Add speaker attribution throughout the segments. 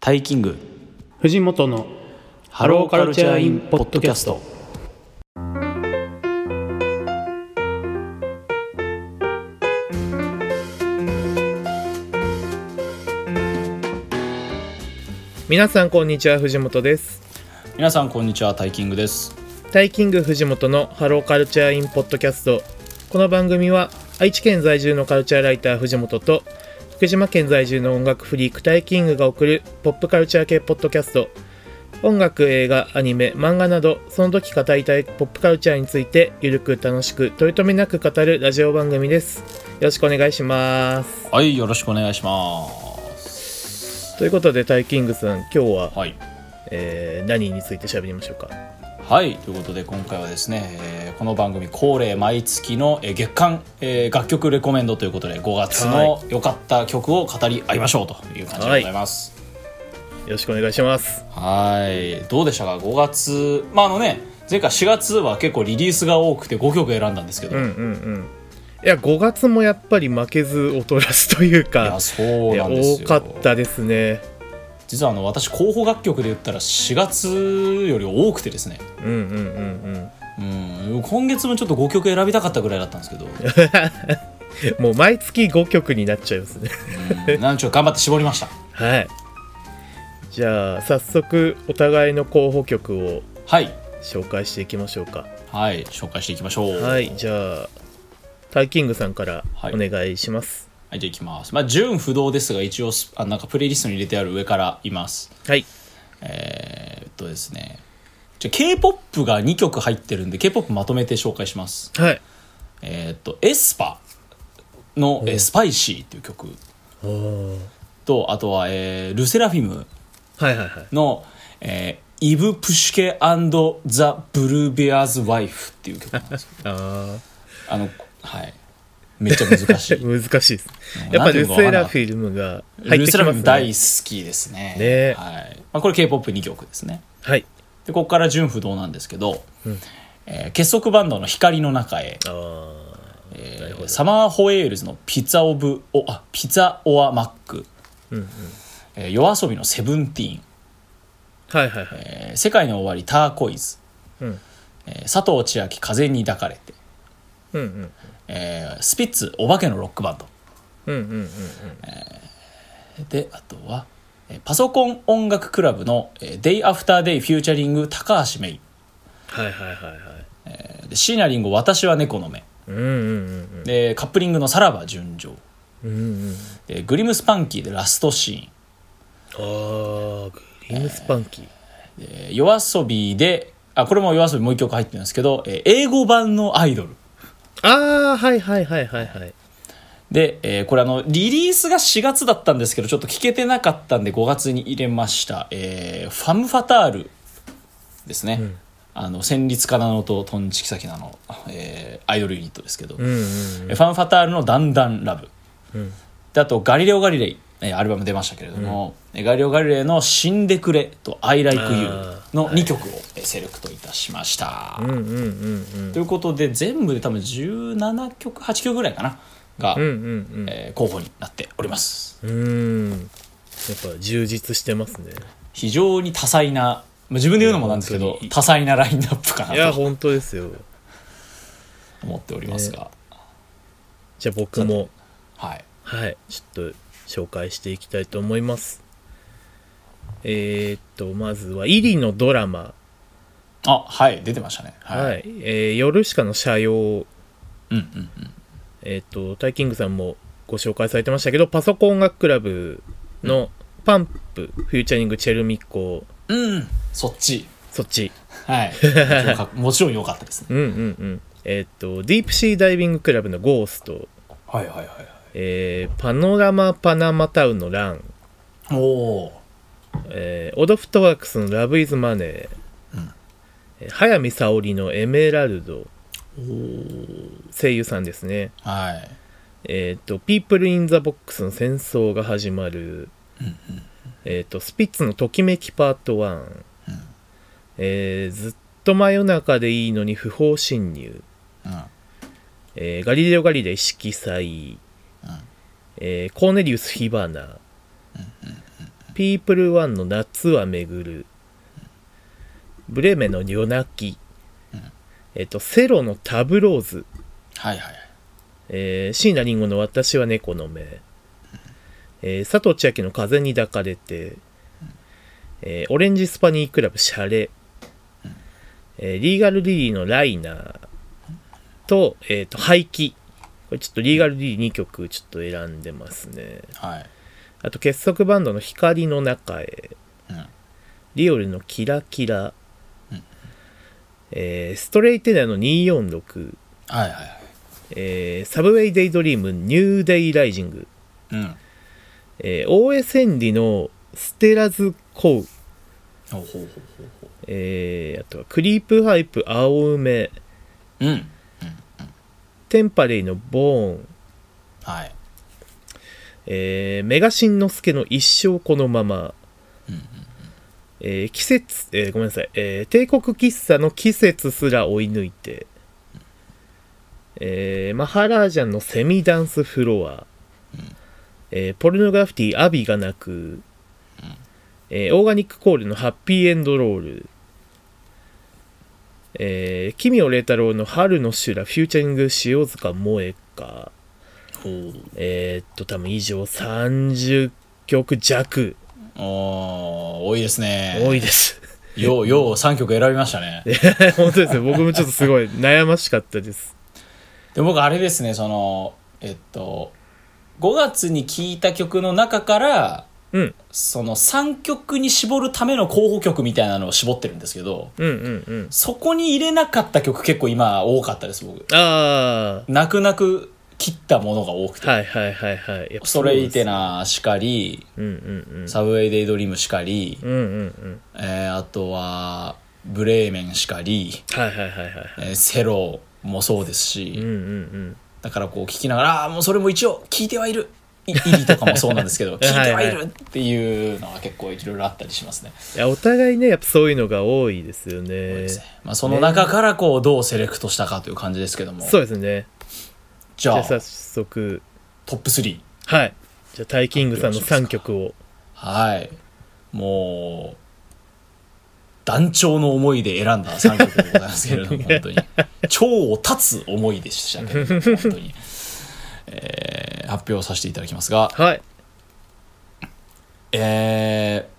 Speaker 1: タイキング
Speaker 2: 藤本の
Speaker 1: ハローカルチャーインポッドキャスト
Speaker 2: 皆さんこんにちは藤本です
Speaker 1: 皆さんこんにちはタイキングです
Speaker 2: タイキング藤本のハローカルチャーインポッドキャストこの番組は愛知県在住のカルチャーライター藤本と福島県在住の音楽フリークタイキングが送るポップカルチャー系ポッドキャスト音楽映画アニメ漫画などその時語りたいポップカルチャーについてゆるく楽しく取り留めなく語るラジオ番組ですよろしくお願いします
Speaker 1: はいよろしくお願いします
Speaker 2: ということでタイキングさん今日は、
Speaker 1: はい
Speaker 2: えー何について喋りましょうか
Speaker 1: はいということで今回はですね、えーこの番組恒例毎月の、えー月間、えー楽曲レコメンドということで5月の良かった曲を語り合いましょうという感じでございます、
Speaker 2: よろしくお願いします
Speaker 1: はいどうでしたか5月まああのね前回4月は結構リリースが多くて5曲選んだんですけど、
Speaker 2: うん
Speaker 1: い
Speaker 2: うんうんいや5月もやっぱり負けず劣らずというか
Speaker 1: やそう
Speaker 2: いや
Speaker 1: なんです
Speaker 2: 多
Speaker 1: よ
Speaker 2: かったですね
Speaker 1: 実はあの私候補楽曲で言ったら4月より多くてですね
Speaker 2: うんうんうん
Speaker 1: うん今月もちょっと5曲選びたかったぐらいだったんです けど
Speaker 2: うんもう毎月5曲になっちゃいますね
Speaker 1: うんなんちょっと頑張って絞りました
Speaker 2: はいじゃあ早速お互いの候補曲を
Speaker 1: はい
Speaker 2: 紹介していきましょうか
Speaker 1: はい紹介していきましょう
Speaker 2: はいじゃあタイキングさんから
Speaker 1: はい
Speaker 2: お願いします
Speaker 1: はいじゃあいきますまあ純不動ですが一応スあなんかプレイリストに入れてある上からいます
Speaker 2: はい
Speaker 1: えー、っとですねじゃあ K-POP が2曲入ってるんで K-POP まとめて紹介します
Speaker 2: はい
Speaker 1: えーっと、エスパの、えースパイシーっていう曲
Speaker 2: おー
Speaker 1: と、あとは、えールセラフィム
Speaker 2: はいはいはい
Speaker 1: の、えーイブ・プシュケザ・ブルーベアーズ・ワイフっていう曲なんですよ
Speaker 2: あ
Speaker 1: あの、はい。めっちゃ難し
Speaker 2: ー
Speaker 1: い。
Speaker 2: 難しいです
Speaker 1: うん
Speaker 2: やっぱル
Speaker 1: なんていう
Speaker 2: セ
Speaker 1: のか
Speaker 2: ラ
Speaker 1: わ
Speaker 2: フ
Speaker 1: かんない
Speaker 2: ィルムが入っ
Speaker 1: ルセ
Speaker 2: てき
Speaker 1: ラフィ
Speaker 2: ます
Speaker 1: ム大
Speaker 2: ね
Speaker 1: 好きですね。
Speaker 2: ね
Speaker 1: はい。まあ、これ K-POP2 曲ですね。
Speaker 2: はい
Speaker 1: で、ここから純不動なんですけど、えー結束バンドの光の中へ、
Speaker 2: あー
Speaker 1: えーサマーホエールズのピザオブおあピザオアマック、えー夜遊びのセブンティーン、
Speaker 2: はいはいはい
Speaker 1: えー世界の終わりターコイズ、
Speaker 2: うん
Speaker 1: えー佐藤千秋風に抱かれて、
Speaker 2: うんうん
Speaker 1: えースピッツお化けのロックバンド
Speaker 2: うんうんうん
Speaker 1: であとは、えーパソコン音楽クラブの、えー、デイアフターデイフューチャリング高橋芽
Speaker 2: はいはいはいはい
Speaker 1: 衣で椎名林檎私は猫の目
Speaker 2: うんうん
Speaker 1: でカップリングのさらば純情
Speaker 2: うんうんうんうん
Speaker 1: でグリムスパンキーでラストシーン
Speaker 2: あーグリーンスパンキー、
Speaker 1: えー夜遊びであこれも夜遊びもう一曲入ってるんですけど、えー英語版のアイドル
Speaker 2: ああはいはいはいはいはい
Speaker 1: で、えーこれあのリリースが4月だったんですけどちょっと聞けてなかったんで5月に入れました、えーファム・ファタールですね、あの戦慄かなのとトンチキサキなの、えーアイドルユニットですけど、
Speaker 2: うんうん
Speaker 1: えーファム・ファタールの「だんだんラブ」であと「ガリレオ・ガリレイ」えーアルバム出ましたけれども、えーガリレオ・ガリレイの「死んでくれ」と「I like you
Speaker 2: あ」ー
Speaker 1: の2曲をえーセレクトいたしました、
Speaker 2: うんうんうんうん
Speaker 1: ということで全部で多分17曲8曲ぐらいかなが、
Speaker 2: うんうん
Speaker 1: えー候補になっております
Speaker 2: うんうんやっぱ充実してますね
Speaker 1: 非常に多彩な、まあ、自分で言うのもなんですけ
Speaker 2: いや
Speaker 1: ど
Speaker 2: 本当に
Speaker 1: 多彩なラインナップか
Speaker 2: いや
Speaker 1: なと
Speaker 2: 本当ですよ
Speaker 1: 思っておりますが、
Speaker 2: じゃあ僕も
Speaker 1: はい
Speaker 2: はいちょっと紹介していきたいと思いますえー、っとまずはイリのドラマ
Speaker 1: あはい出てましたね
Speaker 2: はい、
Speaker 1: はい、
Speaker 2: えーヨルシカの社用
Speaker 1: うんうんうん
Speaker 2: えっ、とタイキングさんもご紹介されてましたけどパソコン音楽クラブのパンプ、フューチャリングチェルミコ
Speaker 1: うんそっち
Speaker 2: そっち
Speaker 1: はいよ かもちろん良かったですね
Speaker 2: うんうんうんえっ、とディープシーダイビングクラブのゴースト、
Speaker 1: はいはいはいはい
Speaker 2: えーパノラマパナマタウンのラン、
Speaker 1: おお
Speaker 2: えーオドフットワークスのラブイズマネー、えー早見沙織のエメラルド声優さんですね
Speaker 1: はい
Speaker 2: えっ、と、ピープル・イン・ザ・ボックスの戦争が始まる、えっ、と、スピッツのときめきパート1、えーずっと真夜中でいいのに不法侵入、
Speaker 1: うん
Speaker 2: えーガリレオ・ガリレイ色彩、えーコーネリウス・火花、ピープルワンの夏は巡る、ブレメの夜泣き、えっと、セロのタブローズ、
Speaker 1: はいはいはい
Speaker 2: えー、椎名林檎の私は猫の目、えー、佐藤千秋の風に抱かれて、えー、オレンジスパニークラブシャレ、えー、リーガルリリーのライナーと、えっ、と、廃棄。これちょっとリーガルリリー2曲ちょっと選んでますね。
Speaker 1: はい
Speaker 2: あと結束バンドの光の中へ、
Speaker 1: うん
Speaker 2: リオルのキラキラ、えーストレイテナーの246、
Speaker 1: はいはいはい
Speaker 2: えーサブウェイデイドリームニューデイライジング、
Speaker 1: うん
Speaker 2: えー、大江千里のステラズコウ、
Speaker 1: ほうほうほうほうほ
Speaker 2: えーあとはクリープハイプ青梅、
Speaker 1: ううん
Speaker 2: テンパレイのボーン、
Speaker 1: はい
Speaker 2: えーメガシンのすけの一生このまま、
Speaker 1: うんうん
Speaker 2: えー季節、えーごめんなさい、えー帝国喫茶の季節すら追い抜いて、えーマハラージャンのセミダンスフロア、えーポルノグラフィティアビがなく、えーオーガニックコールのハッピーエンドロール、えー、奇妙麗太郎の春の修羅フューチャリング塩塚萌香、
Speaker 1: ほう
Speaker 2: えーっと、多分以上30曲弱、
Speaker 1: おー多いですね
Speaker 2: 多いです。
Speaker 1: ようよう3曲選びましたね
Speaker 2: 本当ですよ僕もちょっとすごい悩ましかったです
Speaker 1: でも僕あれですねそのえっと5月に聴いた曲の中から
Speaker 2: うん
Speaker 1: その3曲に絞るための候補曲みたいなのを絞ってるんですけど
Speaker 2: うんうんうん
Speaker 1: そこに入れなかった曲結構今多かったです僕
Speaker 2: あ
Speaker 1: 泣く泣く切ったものが多くて
Speaker 2: あはいはいはいはいやっぱ
Speaker 1: ストレイテナーしかり
Speaker 2: うんうん
Speaker 1: サブウェイデイドリームしかり、
Speaker 2: うんうんうんうん
Speaker 1: えーあとはブレーメンしかり、
Speaker 2: はいはいはいはい
Speaker 1: えーセロもそうですし、
Speaker 2: うんうん
Speaker 1: だからこう聞きながらあーもうそれも一応聞いてはいるいイリとかもそうなんですけど聞いてはいるっていうのは結構いろいろあったりしますね。
Speaker 2: いやお互いねやっぱそういうのが多いですよ
Speaker 1: そうで
Speaker 2: ね
Speaker 1: すねまあ、その中からこうどうセレクトしたかという感じですけども
Speaker 2: そうですね
Speaker 1: じ
Speaker 2: じ
Speaker 1: ゃ
Speaker 2: ゃ
Speaker 1: あ
Speaker 2: あ早速
Speaker 1: トップ3
Speaker 2: はいじゃあタイキングさんの
Speaker 1: 発表します
Speaker 2: 3曲を
Speaker 1: はいもう断腸の思いで選んだ3曲でございますけれども本当に腸を断つ思いでしたけれども本当に、えー発表させていただきますが、
Speaker 2: はい
Speaker 1: えー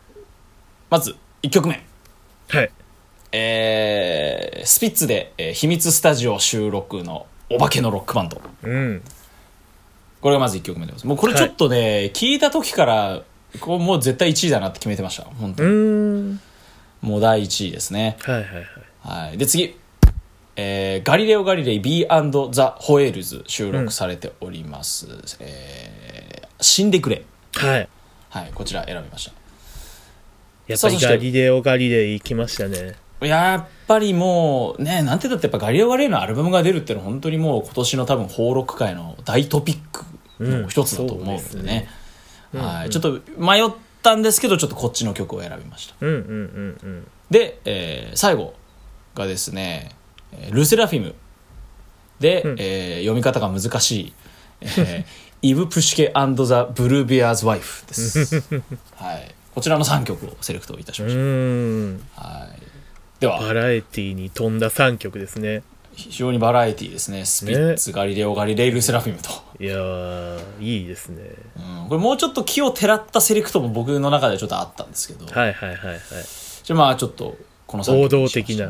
Speaker 1: まず1曲目
Speaker 2: はい
Speaker 1: えースピッツで、えー秘密スタジオ収録のお化けのロックバンド。
Speaker 2: うん
Speaker 1: これがまず1曲目でございます。もうこれちょっとね、聞いた時から、こうもう絶対1位だなって決めてました。本当
Speaker 2: う
Speaker 1: に。
Speaker 2: ーん
Speaker 1: もう第1位ですね。
Speaker 2: はいはいはい
Speaker 1: はい。で、次。えーガリレオ・ガリレイ B& ザ・ホエールズ収録されております。えー死んでくれ。
Speaker 2: はい
Speaker 1: はい、こちら選びまし
Speaker 2: やっ
Speaker 1: さ
Speaker 2: ぱ
Speaker 1: あ
Speaker 2: り
Speaker 1: そして
Speaker 2: ガリレオ・ガリレイ行きましたね
Speaker 1: た。やっぱりもう、ね、なんて言ったってやっぱガリレオ・ガリレイのアルバムが出るっていうのは本当にもう今年の多分、放録界の大トピックの一つだと思う
Speaker 2: うんん
Speaker 1: で
Speaker 2: そうです
Speaker 1: ね
Speaker 2: ね。
Speaker 1: はい、ちょっと迷ったんですけどちょっとこっちの曲を選びました
Speaker 2: うんうんうんうん
Speaker 1: で、えー最後がですねえールセラフィムで、えー読み方が難しい、え ーイブ・プシケザ・ブルービアーズ・ワイフです、はい、こちらの3曲をセレクトいたしま
Speaker 2: う
Speaker 1: し
Speaker 2: ーん
Speaker 1: た、はい、では
Speaker 2: バラエティに富んだ3曲ですね
Speaker 1: 非常にバラエティーですねスピッツ、ガリレオ・ガリレイ・ルセラフィムと、
Speaker 2: いやーいいですね
Speaker 1: うんこれもうちょっと気をてらったセレクトも僕の中ではちょっとあったんですけど、
Speaker 2: はいはいはいはい
Speaker 1: じゃあまあちょっとこの3曲に
Speaker 2: 王道的な
Speaker 1: しまし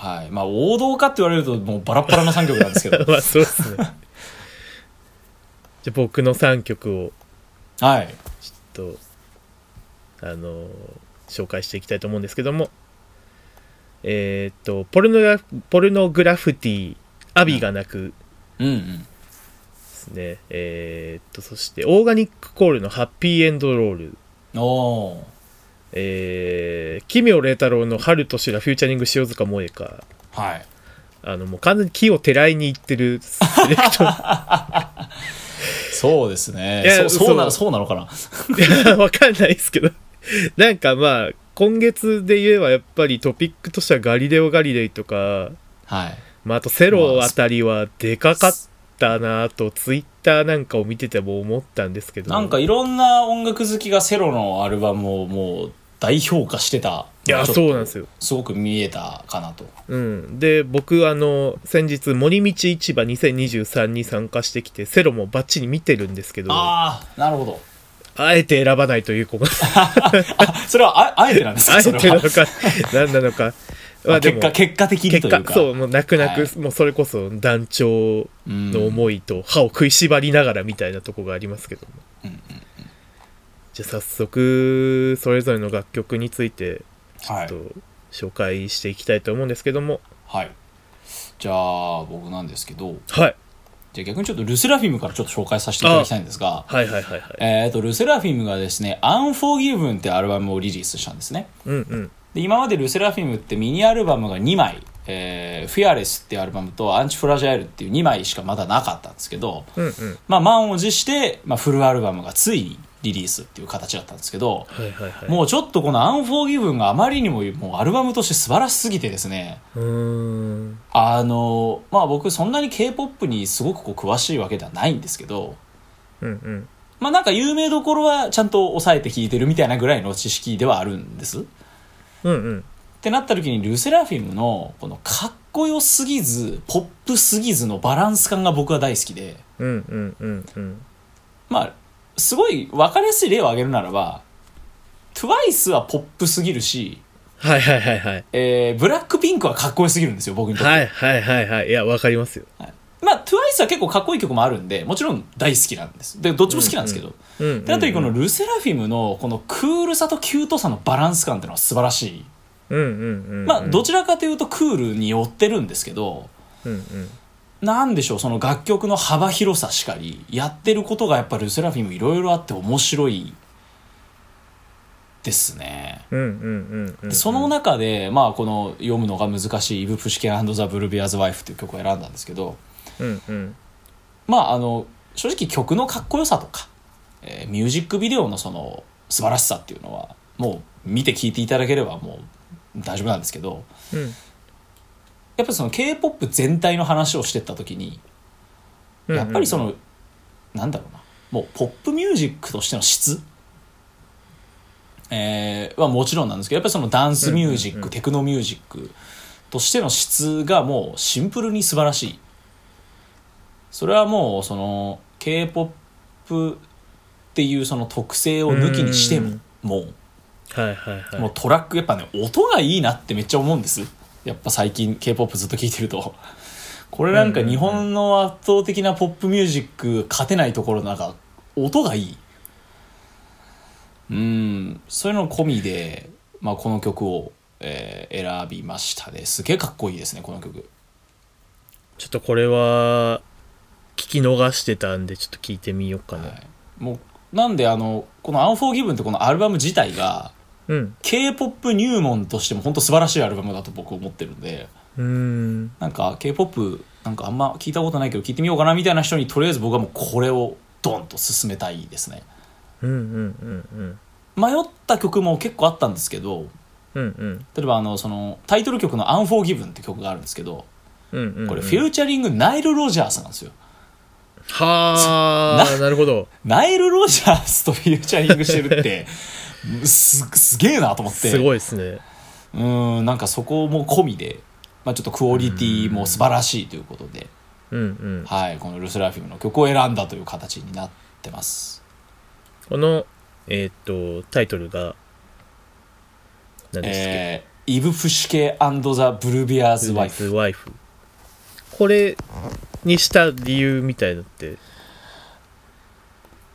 Speaker 1: たはいまあ王道かって言われるともうバラッバラな3曲なんですけ ど
Speaker 2: まあそうですねじゃあ僕の3曲を
Speaker 1: はい
Speaker 2: ちょっとあのー紹介していきたいと思うんですけどもえーっとポルノグラポルノグラフィティアビがなく
Speaker 1: うんうん
Speaker 2: ですね、えーっとそしてオーガニックコールのハッピーエンドロール
Speaker 1: おお
Speaker 2: えー、奇妙麗太郎の春と修羅フューチャリング塩塚萌香
Speaker 1: ーはい
Speaker 2: あのもう完全に木をてらいに行ってるセレク ト
Speaker 1: そうですね
Speaker 2: いや
Speaker 1: そうそうなの
Speaker 2: そ
Speaker 1: そうなのかない
Speaker 2: やわかんないですけどなんかまあ今月で言えばやっぱりトピックとしては「ガリレオ・ガリレイ」とか、
Speaker 1: はい
Speaker 2: まあ、あと「セロ」あたりはでかかったったなとツイッターなんかを見てても思ったんですけど
Speaker 1: なんかいろんな音楽好きがセロのアルバムをもう大評価してた
Speaker 2: いや
Speaker 1: ちょっと
Speaker 2: そうなんですよ
Speaker 1: すごく見えたかなと
Speaker 2: うん、で僕あの先日森道市場2023に参加してきてセロもバッチリ見てるんですけどあ
Speaker 1: ああなるほど
Speaker 2: えて選ばないという子が
Speaker 1: あ それはああえてなんです
Speaker 2: あ
Speaker 1: か
Speaker 2: え
Speaker 1: それ
Speaker 2: てな
Speaker 1: は
Speaker 2: のか何なのかまあで
Speaker 1: 結
Speaker 2: も
Speaker 1: 果結果的にと
Speaker 2: 結
Speaker 1: いう
Speaker 2: 果
Speaker 1: か
Speaker 2: そうもう泣く泣く、
Speaker 1: は
Speaker 2: もうそれこそ団長
Speaker 1: うん
Speaker 2: の思いと歯を食いしばりながらみたいなとこがありますけども、
Speaker 1: うんうん
Speaker 2: じゃあ早速それぞれの楽曲について
Speaker 1: はい
Speaker 2: と紹介していきたいと思うんですけども
Speaker 1: はいじゃあ僕なんですけど
Speaker 2: はい、
Speaker 1: じゃあ逆にちょっとルセラフィムからちょっと紹介させていただきたいんですが
Speaker 2: はいはいはいはい
Speaker 1: えっ、とルセラフィムがですね「Unforgiven」ってアルバムをリリースしたんですね
Speaker 2: うんうん
Speaker 1: で今までルセラフィムってミニアルバムが2枚「えー、フィアレス」っていうアルバムと「アンチフラジャイル」っていう2枚しかまだなかったんですけど、
Speaker 2: うんうん
Speaker 1: まあ、満を持して、まあ、フルアルバムがついにリリースっていう形だったんですけど、
Speaker 2: はいはいはい
Speaker 1: もうちょっとこの「アンフォーギブン」があまりにももうアルバムとして素晴らしすぎてですね
Speaker 2: うーん
Speaker 1: あのまあ僕そんなに k p o p にすごくこう詳しいわけではないんですけど
Speaker 2: うんうん
Speaker 1: まあなんか有名どころはちゃんと抑えて聴いてるみたいなぐらいの知識ではあるんです。っ
Speaker 2: うんうん
Speaker 1: てなった時にルセラフィムのこのかっこよすぎずポップすぎずのバランス感が僕は大好きで。
Speaker 2: うんうんうんうん
Speaker 1: まあ、すごい分かりやすい例を挙げるならば、TWICE はポップすぎるし、
Speaker 2: はいはいはいはい
Speaker 1: えー、ブラックピンクはかっこよすぎるんですよ、僕にとって。
Speaker 2: はいはいはいはいいやわかりますよ
Speaker 1: まあ、TWICE は結構かっこいい曲もあるんで、もちろん大好きなんです。で、どっちも好きなんですけど。
Speaker 2: うんうんうん
Speaker 1: で、あとにこのルセラフィムのこのクールさとキュートさのバランス感っていうのは素晴らしい。
Speaker 2: うんうんうん
Speaker 1: まあ、ど
Speaker 2: ち
Speaker 1: ちらかというとクールに寄ってるんですけど、
Speaker 2: うんうん
Speaker 1: なんでしょう、その楽曲の幅広さしかり、やってることがやっぱルセラフィムいろいろあって面白いですね。
Speaker 2: うんうんうんうん
Speaker 1: でその中で、まあ、この読むのが難しい「イブ・プシケンザ・ブルビアズ・ワイフ」っていう曲を選んだんですけど、
Speaker 2: うんうん
Speaker 1: まあ、あの正直曲のかっこよさとか、えーミュージックビデオのその素晴らしさっていうのはもう見て聴いていただければもう大丈夫なんですけど
Speaker 2: うん
Speaker 1: やっぱりその k p o p 全体の話をしてった時に
Speaker 2: うん
Speaker 1: やっぱりその、なんだろうなもうポップミュージックとしての質えーはもちろんなんですけどやっぱりそのダンスミュージック、
Speaker 2: うんうんうん
Speaker 1: テクノミュージックとしての質がもうシンプルに素晴らしいそれはもうその k p o p っていうその特性を抜きにしても、
Speaker 2: うん
Speaker 1: もう
Speaker 2: はいはいはい
Speaker 1: もうトラックやっぱね音がいいなってめっちゃ思うんですやっぱ最近 k p o p ずっと聴いてるとこれなんか日本の圧倒的なポップミュージック勝てないところなんか音がいいうんそういうの込みで、まあ、この曲を、えー選びましたねすげえかっこいいですねこの曲
Speaker 2: ちょっとこれは聞き逃してたんでちょっと聞いてみようかな、
Speaker 1: はいもうなんであのこの「Unforgiven」ってこのアルバム自体が
Speaker 2: うん
Speaker 1: k p o p 入門としても本当素晴らしいアルバムだと僕思ってるんで
Speaker 2: うーん
Speaker 1: なんか K-POP なんかあんま聞いたことないけど聞いてみようかなみたいな人にとりあえず僕はもうこれをドンと進めたいですね
Speaker 2: うんうんうんうん
Speaker 1: 迷った曲も結構あったんですけど
Speaker 2: うんうん
Speaker 1: 例えばあのそのタイトル曲の「Unforgiven」って曲があるんですけど
Speaker 2: うんうんうん
Speaker 1: これフューチャリングナイル・ロジャースなんですよ
Speaker 2: はあなるほど
Speaker 1: ナイル・ロジャースとフューチャリングしてるってすすげえなと思って
Speaker 2: すごいですね
Speaker 1: うんなんかそこも込みで、まあ、ちょっとクオリティも素晴らしいということで、
Speaker 2: うんうん
Speaker 1: はい、このルセラフィムの曲を選んだという形になってます
Speaker 2: このえーっ、とタイトルが何でしたっけ、
Speaker 1: えーイブ・フシュケザ・ブルビアーズ・ワイフ。
Speaker 2: ワイフこれにした理由みたいなって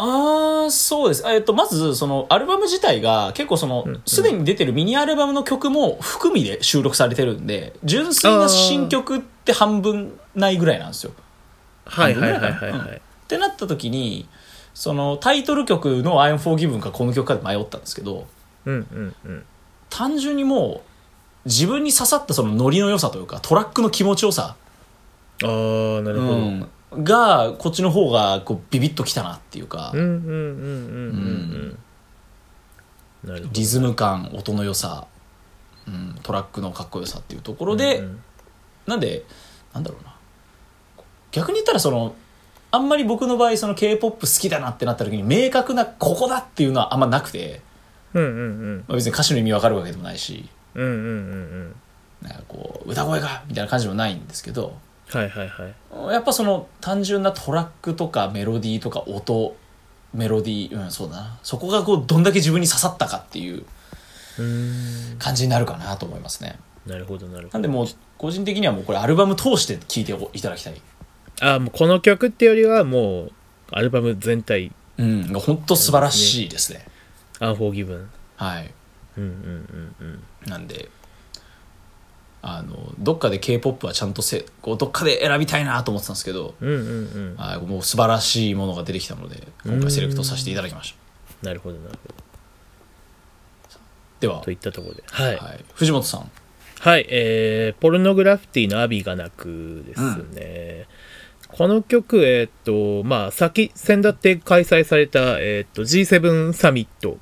Speaker 1: ああ、そうです。えっと、まず、その、アルバム自体が、結構その
Speaker 2: うん、
Speaker 1: すでに出てるミニアルバムの曲も含みで収録されてるんで、純粋な新曲って半分ないぐらいなんですよ。
Speaker 2: はいはいはいはい
Speaker 1: 半分ぐらいかな
Speaker 2: は
Speaker 1: うん
Speaker 2: い
Speaker 1: ってなった時に、その、タイトル曲の I'm Forgiven かこの曲かで迷ったんですけど、
Speaker 2: うんうんうん
Speaker 1: 単純にもう、自分に刺さったそのノリの良さというか、トラックの気持ちよさ、
Speaker 2: ああなるほど、うん、
Speaker 1: うんが、こっちの方が、こう、ビビッときたなっていうか、
Speaker 2: うんうんうんうんうんなるほど
Speaker 1: リズム感音の良さ、うん、トラックのかっこよさっていうところで、
Speaker 2: うんうん
Speaker 1: なんでなんだろうな逆に言ったらそのあんまり僕の場合その k p o p 好きだなってなった時に明確なここだっていうのはあんまなくて、
Speaker 2: うんうん
Speaker 1: まあ、別に歌詞の意味わかるわけでもないし
Speaker 2: うんうんうんうん
Speaker 1: なんかこう歌声がみたいな感じでもないんですけど
Speaker 2: はいはいはい
Speaker 1: やっぱその単純なトラックとかメロディーとか音メロディーうんそうだなそこがこうどんだけ自分に刺さったかっていう
Speaker 2: うーん
Speaker 1: 感じになるかなと思いますね
Speaker 2: なるほどなるほ
Speaker 1: な
Speaker 2: ど
Speaker 1: んでもう個人的にはもうこれアルバム通して聴いていただきたい
Speaker 2: あーもうこの曲ってよりはもうアルバム全体
Speaker 1: うんが本当素晴らしいですね
Speaker 2: 「アンフォーギブン
Speaker 1: はい」
Speaker 2: うんうんうんうん
Speaker 1: なんであのどっかで k p o p はちゃんとせこうどっかで選びたいなと思ってたんですけど
Speaker 2: うんうんうん
Speaker 1: はいもう素晴らしいものが出てきたので今回セレクトさせていただきました
Speaker 2: なるほどなるほど
Speaker 1: では
Speaker 2: といったところではい、はい
Speaker 1: はい、藤本さん
Speaker 2: えーポルノグラフィティの「アビがなく」ですね、この曲えーっ、とまあ先先だって開催された、えーっと G7 サミット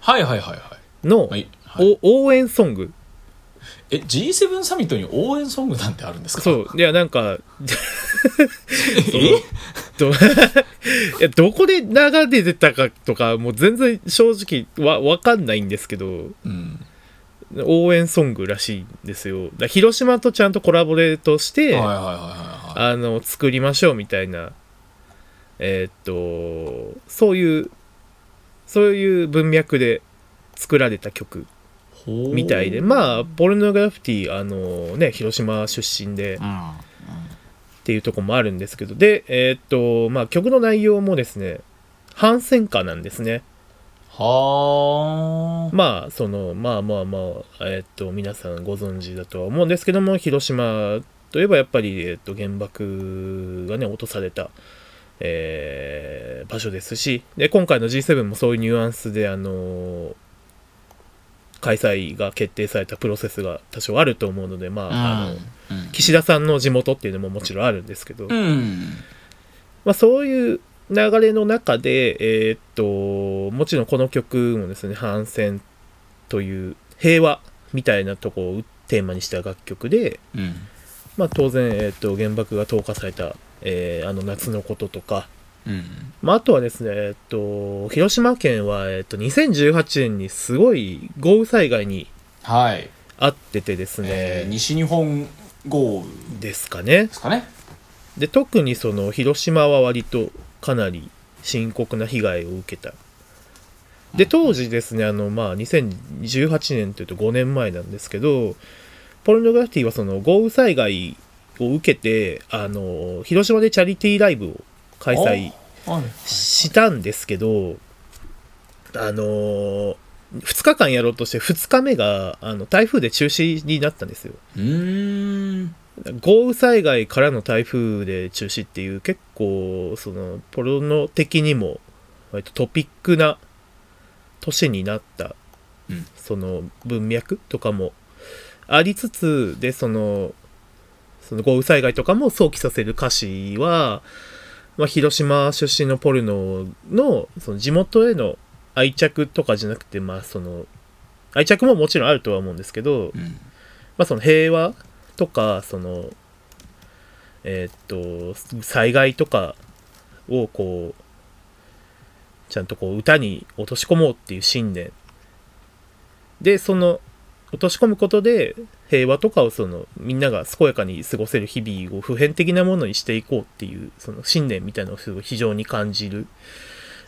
Speaker 1: はいはいはいはい
Speaker 2: の、
Speaker 1: はいはい、
Speaker 2: お応援ソング
Speaker 1: え G7 サミットに応援ソングなんてあるんですか
Speaker 2: そういやなんか
Speaker 1: え
Speaker 2: ど いやどこで流れてたかとかもう全然正直わわかんないんですけど
Speaker 1: うん
Speaker 2: 応援ソングらしいんですよだから広島とちゃんとコラボレートし
Speaker 1: は
Speaker 2: て、
Speaker 1: いはいはいはいはい
Speaker 2: あの作りましょうみたいなえーっとそういうそういう文脈で作られた曲
Speaker 1: ほう
Speaker 2: みたいでまあポルノグラフィティあのね広島出身で
Speaker 1: うん
Speaker 2: っていうとこもあるんですけどでえーっとまあ曲の内容もですね反戦歌なんですね
Speaker 1: はあ
Speaker 2: まあそのまあまあまあえーっと皆さんご存知だとは思うんですけども広島といえばやっぱり、えーっと原爆がね落とされた、えー場所ですしで今回の G7 もそういうニュアンスであのー開催が決定されたプロセスが多少あると思うのでまあ,、あの
Speaker 1: う
Speaker 2: 岸田さんの地元っていうのももちろんあるんですけど、
Speaker 1: ん、うん、
Speaker 2: まあ、そういう流れの中で、えーっともちろんこの曲もですね反戦という平和みたいなとこをテーマにした楽曲で、
Speaker 1: うん
Speaker 2: まあ、当然、えーっと原爆が投下された、えーあの夏のこととか、
Speaker 1: うん
Speaker 2: まあ、あとはですね、えーっと広島県は、えーっと2018年にすごい豪雨災害に
Speaker 1: はい、
Speaker 2: あっててですね、
Speaker 1: えー、西日本豪雨で
Speaker 2: ですかね
Speaker 1: すかね
Speaker 2: で特にその広島は割とかなり深刻な被害を受けたで当時ですねあの、まあ、2018年というと5年前なんですけどポルノグラフィティはその豪雨災害を受けてあの広島でチャリティーライブを開催
Speaker 1: おはいはい
Speaker 2: したんですけどあの2日間やろうとして2日目があの台風で中止になったんですよ
Speaker 1: うーん
Speaker 2: 豪雨災害からの台風で中止っていう結構そのポロノ的にも割とトピックな年になった、
Speaker 1: うん
Speaker 2: その文脈とかもありつつでそのその豪雨災害とかも想起させる歌詞は、まあ、広島出身のポルノのその地元への愛着とかじゃなくてまあその愛着ももちろんあるとは思うんですけど、
Speaker 1: うん
Speaker 2: まあ、その平和とかそのえーっと災害とかをこうちゃんとこう歌に落とし込もうっていう信念でその落とし込むことで平和とかをそのみんなが健やかに過ごせる日々を普遍的なものにしていこうっていうその信念みたいなのをすごい非常に感じる、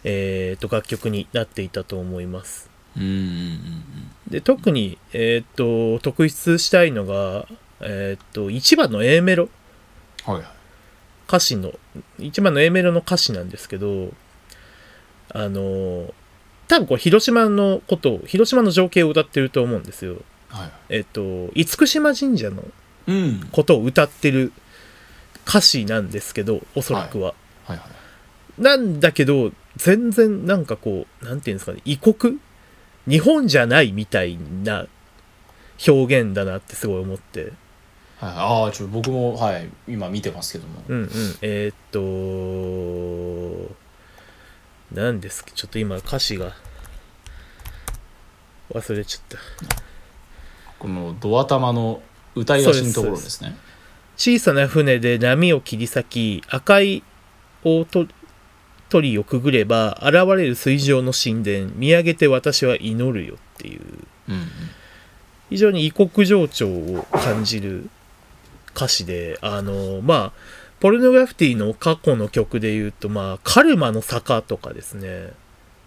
Speaker 2: えーっと楽曲になっていたと思います。
Speaker 1: うんうんうん
Speaker 2: で特に、えーっと特筆したいのが、えーっと1番の A メロ
Speaker 1: うんはいはい
Speaker 2: 歌詞の1番の A メロの歌詞なんですけどあのー多分これ広島のことを広島の情景を歌ってると思うんですよ。
Speaker 1: はいはい
Speaker 2: えーっと厳島神社の
Speaker 1: うん
Speaker 2: ことを歌ってる歌詞なんですけどおそらくは。
Speaker 1: はいはい
Speaker 2: なんだけど全然なんかこうなんていうんですかね異国日本じゃないみたいな表現だなってすごい思って
Speaker 1: はい、ああちょ僕もはい今見てますけども、
Speaker 2: うんうんえーっと何ですかちょっと今歌詞が忘れちゃった
Speaker 1: このドア玉の歌い出しのところですね
Speaker 2: 小さな船で波を切り裂き赤い大と鳥居をくぐれば現れる水上の神殿見上げて私は祈るよっていう
Speaker 1: うんうん
Speaker 2: 非常に異国情緒を感じる歌詞であのまあポルノグラフィティの過去の曲で言うと、まあ、カルマの坂とかですね、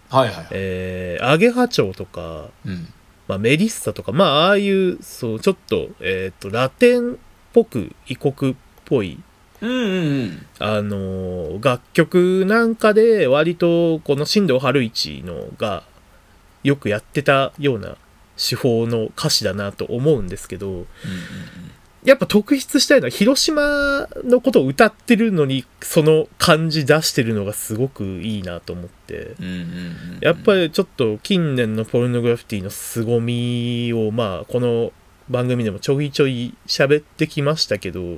Speaker 1: はいはいはい
Speaker 2: えー、アゲハチョウとか、
Speaker 1: うん
Speaker 2: まあ、メリッサとか、まあ、ああいう、そう、ちょっと、えっ、と、ラテンっぽく、異国っぽい、
Speaker 1: うんうんうん
Speaker 2: あのー楽曲なんかで、割と、この新藤春一のが、よくやってたような手法の歌詞だなと思うんですけど、やっぱ特筆したいのは、広島のことを歌ってるのに、その感じ出してるのがすごくいいなと思って。
Speaker 1: うんうんうんうん
Speaker 2: やっぱりちょっと近年のポルノグラフィティの凄みをまあこの番組でもちょいちょい喋ってきましたけど
Speaker 1: はいは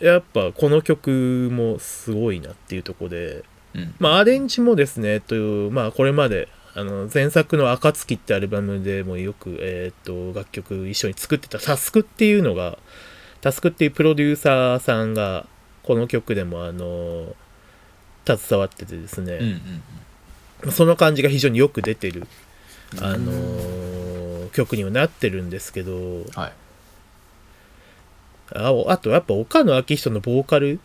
Speaker 1: いは
Speaker 2: やっぱこの曲もすごいなっていうところで
Speaker 1: いうん
Speaker 2: まあアレンジもですねというまあこれまであの前作の「暁」ってアルバムでもよく、えー、と楽曲一緒に作ってたタスクっていうのがタスクっていうプロデューサーさんがこの曲でもあの携わっててですね、
Speaker 1: うんうん
Speaker 2: その感じが非常によく出てる、
Speaker 1: うん
Speaker 2: あのー曲にはなってるんですけど
Speaker 1: はい
Speaker 2: あおあとやっぱ岡野明人のボーカル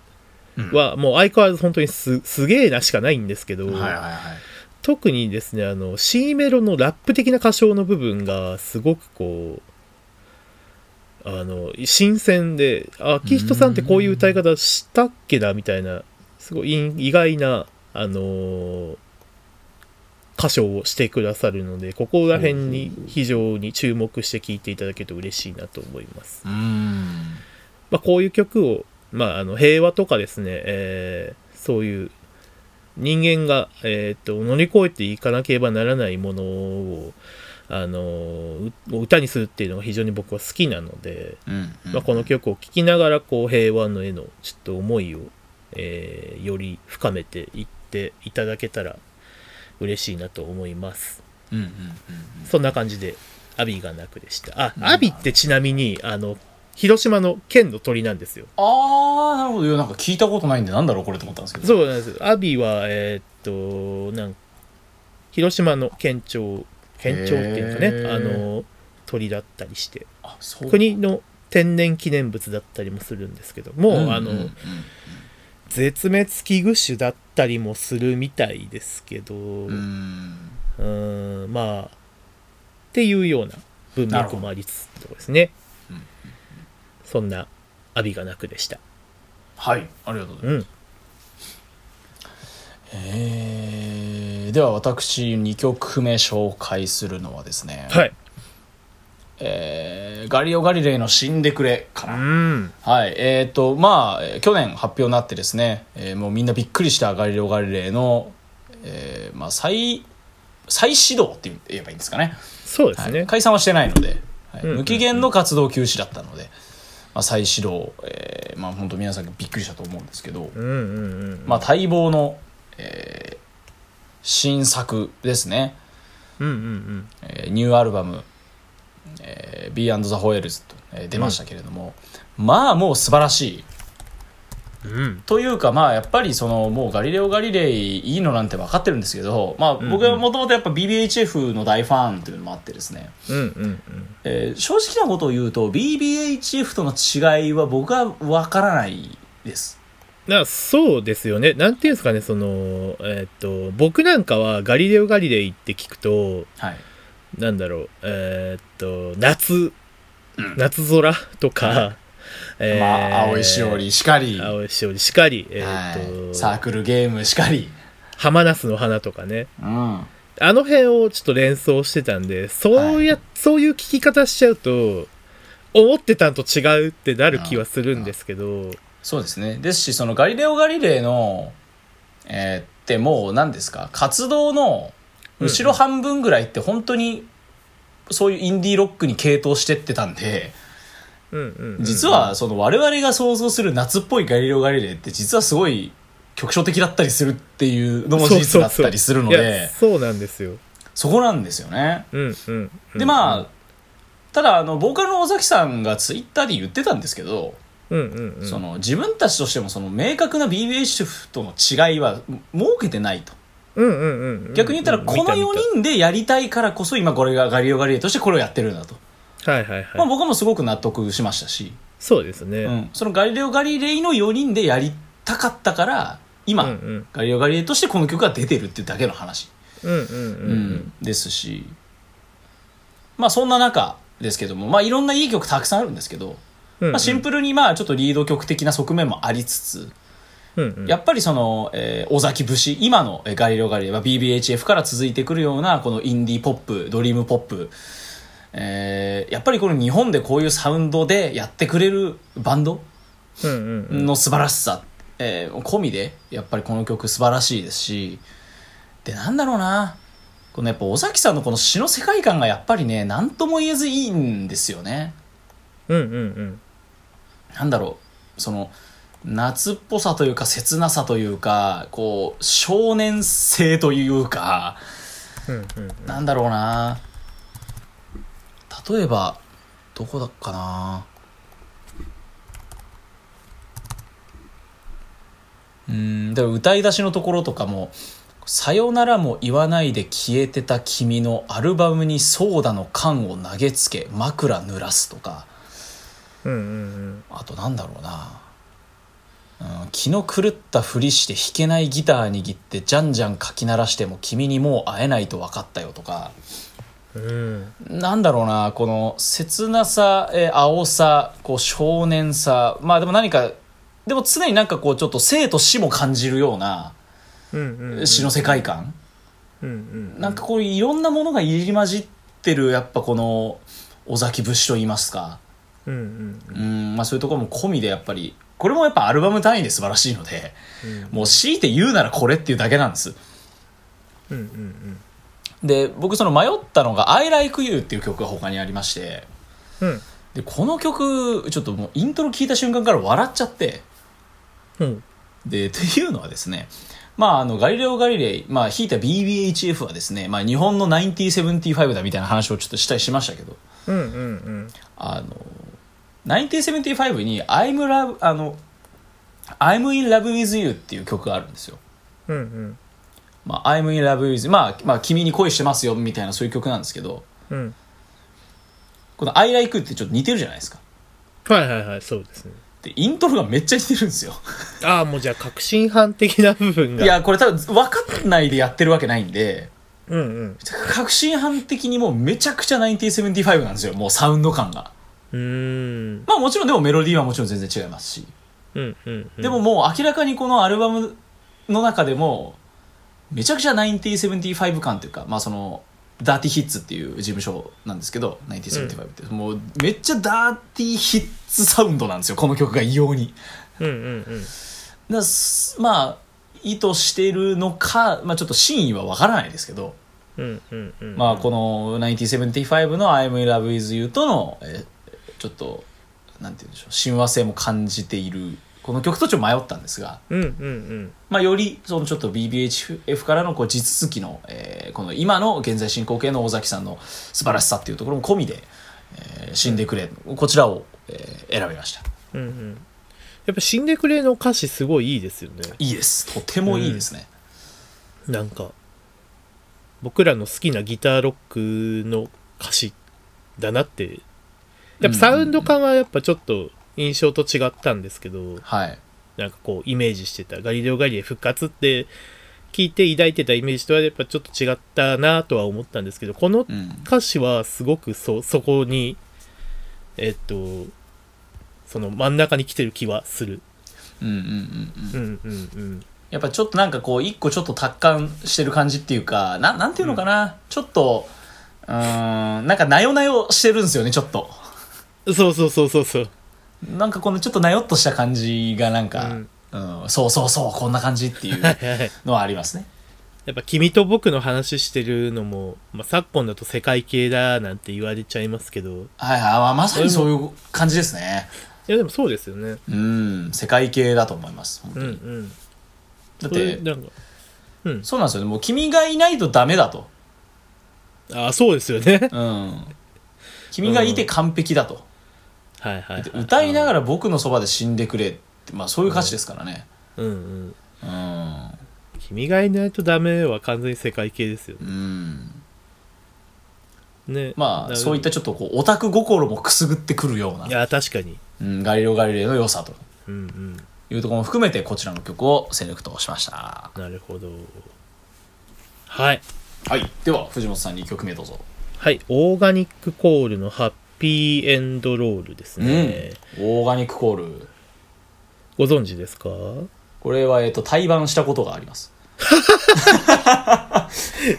Speaker 1: うん
Speaker 2: はもう相変わらず本当にすすげえなしかないんですけど、
Speaker 1: はいはいはい
Speaker 2: 特にですねあの C メロのラップ的な歌唱の部分がすごくこうあの新鮮であ明人さんってこういう歌い方したっけなみたいなすごい意意外なあのー歌唱をしてくださるのでここら辺に非常に注目して聴いていただけると嬉しいなと思います。
Speaker 1: うーん
Speaker 2: まあ、こういう曲を、まあ、あの平和とかですね、えーそういう人間が、えーと乗り越えていかなければならないものを、あのーう歌にするっていうのが非常に僕は好きなので、
Speaker 1: うんうん
Speaker 2: まあ、この曲を聴きながらこう平和の絵のちょっと思いを、えーより深めていっていただけたら嬉しいなと思います。
Speaker 1: うんうんうん
Speaker 2: そんな感じで、アビーがなくでした。あ、
Speaker 1: うん
Speaker 2: アビーってちなみに、あの、広島の県の鳥なんですよ。
Speaker 1: ああなるほどいやなんか聞いたことないんでなんだろうこれと思ったんですけど
Speaker 2: そうなんです。アビーは、えーっと、なん広島の県庁、県庁っていうか
Speaker 1: へ
Speaker 2: ね、
Speaker 1: ー
Speaker 2: あの、鳥だったりして、
Speaker 1: あそう
Speaker 2: 国の天然記念物だったりもするんですけども、
Speaker 1: うん
Speaker 2: あの、
Speaker 1: うんうん
Speaker 2: 絶滅危惧種だったりもするみたいですけど、
Speaker 1: うーん
Speaker 2: うんまあっていうような文脈もありつつってとこですね
Speaker 1: うんうんうん
Speaker 2: そんな阿ビがなくでした
Speaker 1: はいありがとうございます
Speaker 2: うん
Speaker 1: えーでは私2曲目紹介するのはですね、
Speaker 2: はい
Speaker 1: えーガリオ・ガリレイの「死んでくれ」か
Speaker 2: う
Speaker 1: な、
Speaker 2: ん
Speaker 1: はいえっ、とまあえー去年発表になってですね、えーもうみんなびっくりしたガリオ・ガリレイの、えーまあ、再再始動って言えばいいんですかね、
Speaker 2: そうで
Speaker 1: は
Speaker 2: す
Speaker 1: い
Speaker 2: ね、
Speaker 1: 解散はしてないので、はい
Speaker 2: うんうんうん
Speaker 1: 無期限の活動休止だったので、まあ、再始動、えーまあ本当皆さんびっくりしたと思うんですけど、
Speaker 2: うんうんうん
Speaker 1: まあ、待望の、えー新作ですね、
Speaker 2: うんうん
Speaker 1: えーニューアルバム「えー B&TheHoels」と、えー出ましたけれども、まあもう素晴らしい
Speaker 2: うんうん
Speaker 1: というかまあやっぱりそのもう「ガリレオ・ガリレイ」いいのなんて分かってるんですけど、まあ、僕はもともとやっぱ BBHF の大ファンというのもあってですね、
Speaker 2: うんうん
Speaker 1: えー正直なことを言うと BBHF との違いは僕は分からないです。
Speaker 2: だからそうですよねなんていうんですかねそのえーっと僕なんかは「ガリレオ・ガリレイ」って聞くと
Speaker 1: はい、
Speaker 2: なんだろうえーっと夏
Speaker 1: うん
Speaker 2: 夏空とか、えー
Speaker 1: まあ青いしおりしかり、
Speaker 2: 青いしおりしかり、え
Speaker 1: はい、
Speaker 2: ーと
Speaker 1: サークルゲームしかり。
Speaker 2: ハマナスの花とかね
Speaker 1: うん
Speaker 2: あの辺をちょっと連想してたんでそうや、そういう聞き方しちゃうと思ってたんと違うってなる気はするんですけど
Speaker 1: そうですね。ですし、そのガリレオ・ガリレイの、えーってもう何ですか、活動の後ろ半分ぐらいって本当にそういうインディーロックに傾倒してってたんで、
Speaker 2: うんうんうん
Speaker 1: 実はその我々が想像する夏っぽいガリレオ・ガリレイって実はすごい局所的だったりするっていうのも事実だったりするの
Speaker 2: そうそうそういや
Speaker 1: で、
Speaker 2: そうなんですよ
Speaker 1: そこなんですよね。
Speaker 2: うんうん
Speaker 1: で、ま
Speaker 2: あ
Speaker 1: あ、ただ、あの、ボーカルの尾崎さんがツイッターで言ってたんですけど、
Speaker 2: うんうんうん
Speaker 1: その自分たちとしてもその明確な BBA 主婦との違いは設けてないと
Speaker 2: うんうんうん
Speaker 1: 逆に言ったらこの
Speaker 2: 4
Speaker 1: 4人でやりたいからこそ今これがガリオ・ガリエとしてこれをやってるんだと、
Speaker 2: 人はいはいはい、
Speaker 1: まあ、僕はもうすごく納得しましたし、
Speaker 2: そうですね、
Speaker 1: うん、そのガリレオ・ガリレイの4人でやりたかったから今、
Speaker 2: うんうん
Speaker 1: ガリレオ・ガリレイとしてこの曲が出てるっていうだけの話、
Speaker 2: うんうん
Speaker 1: う
Speaker 2: うんん
Speaker 1: ですしまあそんな中ですけども、まあ、いろんないい曲たくさんあるんですけど、
Speaker 2: うん
Speaker 1: まあ、シンプルにまあちょっとリード曲的な側面もありつつ、
Speaker 2: うんうん
Speaker 1: やっぱりその、えー尾崎節今のえーガリレオ・ガリレイは BBHF から続いてくるようなこのインディーポップドリームポップ、えーやっぱりこの日本でこういうサウンドでやってくれるバンド
Speaker 2: うんうんうん
Speaker 1: の素晴らしさ、えー込みでやっぱりこの曲素晴らしいですしでなんだろうなこのやっぱ尾崎さんのこの詩の世界観がやっぱりね何とも言えずいいんですよね。
Speaker 2: うんうん
Speaker 1: なんだろうその夏っぽさというか切なさというかこう少年性というか
Speaker 2: うんうん
Speaker 1: なんだろうな例えばどこだっかなうんだから歌い出しのところとかも「さよならも言わないで消えてた君のアルバムにソーダの缶を投げつけ枕濡らす」とか。
Speaker 2: うんうん
Speaker 1: あとなんだろうな、うん、気の狂ったふりして弾けないギター握ってじゃんじゃんかき鳴らしても君にもう会えないと分かったよとか
Speaker 2: うんうん
Speaker 1: なんだろうなこの切なさ、えー青さこう少年さまあでも何かでも常になんかこうちょっと生と死も感じるような
Speaker 2: うんうんうん
Speaker 1: 詩の世界観、
Speaker 2: うんうん
Speaker 1: なんかこういろんなものが入り混じってるやっぱこの尾崎節といいますか、
Speaker 2: うんうん
Speaker 1: うんまあ、そういうところも込みでやっぱりこれもやっぱアルバム単位で素晴らしいので。
Speaker 2: うん
Speaker 1: もう強いて言うならこれっていうだけなんです
Speaker 2: うんうん
Speaker 1: で僕その迷ったのが「I like you」っていう曲が他にありまして
Speaker 2: うん
Speaker 1: でこの曲ちょっともうイントロ聞いた瞬間から笑っちゃって
Speaker 2: うん
Speaker 1: でっていうのはですねまあ、あのガリレオ・ガリレイ、まあ、引いた BBHF はですね、まあ、日本の1975だみたいな話をちょっとしたりしましたけど、
Speaker 2: うんうんうん
Speaker 1: あの、1975に I'm, love, あの I'm in love with you っていう曲があるんですよ。
Speaker 2: うんうん
Speaker 1: まあ、I'm in love with you、まあ、まあ、君に恋してますよみたいなそういう曲なんですけど、
Speaker 2: うん
Speaker 1: この「I like」ってちょっと似てるじゃないですか
Speaker 2: はいはいはいそうですね
Speaker 1: でイントロがめっちゃ似てるんですよ
Speaker 2: ああもうじゃあ革新犯的な部分
Speaker 1: い
Speaker 2: が
Speaker 1: やこれ多分分かんないでやってるわけないんで
Speaker 2: うんうん
Speaker 1: 確信犯的にもうめちゃくちゃ1975なんですよもうサウンド感が
Speaker 2: うーん
Speaker 1: まあもちろんでもメロディーはもちろん全然違いますし
Speaker 2: うんうんうん
Speaker 1: でももう明らかにこのアルバムの中でもめちゃくちゃ1975感というかまあそのダーティヒッツっていう事務所なんですけど1975って、もうめっちゃダーティヒッツサウンドなんですよこの曲が異様に
Speaker 2: うんうんうん
Speaker 1: だすまあ意図してるのか、まあ、ちょっと真意はわからないですけど、
Speaker 2: うんうんうん
Speaker 1: まあ、この1975の「I'm in love with you」とのえちょっとなんて言うんでしょう親和性も感じているこの曲とちょっと迷ったんですが、
Speaker 2: うんうんうん
Speaker 1: まあ、よりそのちょっと BBHF からのこう地続きの、えーこの今の現在進行形の尾崎さんの素晴らしさっていうところも込みで「えー死んでくれ」こちらを、えー選びました
Speaker 2: うんうんやっぱ「死んでくれ」の歌詞すごいいいですよね
Speaker 1: いいですとてもいいですね、
Speaker 2: なんか僕らの好きなギターロックの歌詞だなってやっぱサウンド感はやっぱちょっと印象と違ったんですけど
Speaker 1: はい
Speaker 2: なんかこうイメージしてたガリレオ・ガリレイ復活って聞いて抱いてたイメージとはやっぱちょっと違ったなとは思ったんですけどこの
Speaker 1: うん
Speaker 2: 歌詞はすごくそそこにえっとその真ん中に来てる気はする
Speaker 1: うんうんうんうん
Speaker 2: うんうんうん
Speaker 1: やっぱちょっとなんかこう一個ちょっと達観してる感じっていうかななんていうのかな、ちょっとうーんなんかなよなよしてるんですよねちょっと
Speaker 2: そうそうそうそうそう
Speaker 1: なんかこのちょっとなよっとした感じがなんか、うんそうそうそうこんな感じっていうのはありますね
Speaker 2: やっぱ君と僕の話してるのも、まあ、昨今だと世界系だなんて言われちゃいますけどい
Speaker 1: はいはいまあまさにそういう感じですね
Speaker 2: やでもそうですよね
Speaker 1: うん世界系だと思います本当
Speaker 2: うん
Speaker 1: に、
Speaker 2: う
Speaker 1: だ
Speaker 2: ん
Speaker 1: っ
Speaker 2: それ
Speaker 1: て
Speaker 2: なんかうん
Speaker 1: そうなんですよねもう君がいないとダメだと、
Speaker 2: ああそうですよね
Speaker 1: うん、君がいて完璧だと、
Speaker 2: はいはいはいはい、
Speaker 1: 歌いながら僕のそばで死んでくれって、まあ、そういう歌詞ですからね。
Speaker 2: うんうん
Speaker 1: うん。
Speaker 2: 君がいないとダメは完全に世界系ですよ
Speaker 1: うん。
Speaker 2: ね、
Speaker 1: まあ、そういったたちょっとこう、オタク心もくすぐってくるようない
Speaker 2: や確かに
Speaker 1: うん、ガリレオ・ガリレイの良さと
Speaker 2: うんうん
Speaker 1: いうところも含めて、こちらの曲をセレクトしました。
Speaker 2: なるほどはい
Speaker 1: はい。では、藤本さんに1曲目どうぞ。
Speaker 2: はいオーガニックコールのハッピーエンドロールです
Speaker 1: うん。
Speaker 2: ね、
Speaker 1: オーガニックコール。
Speaker 2: ご存知ですか
Speaker 1: これは、えっと、対バンしたことがあります。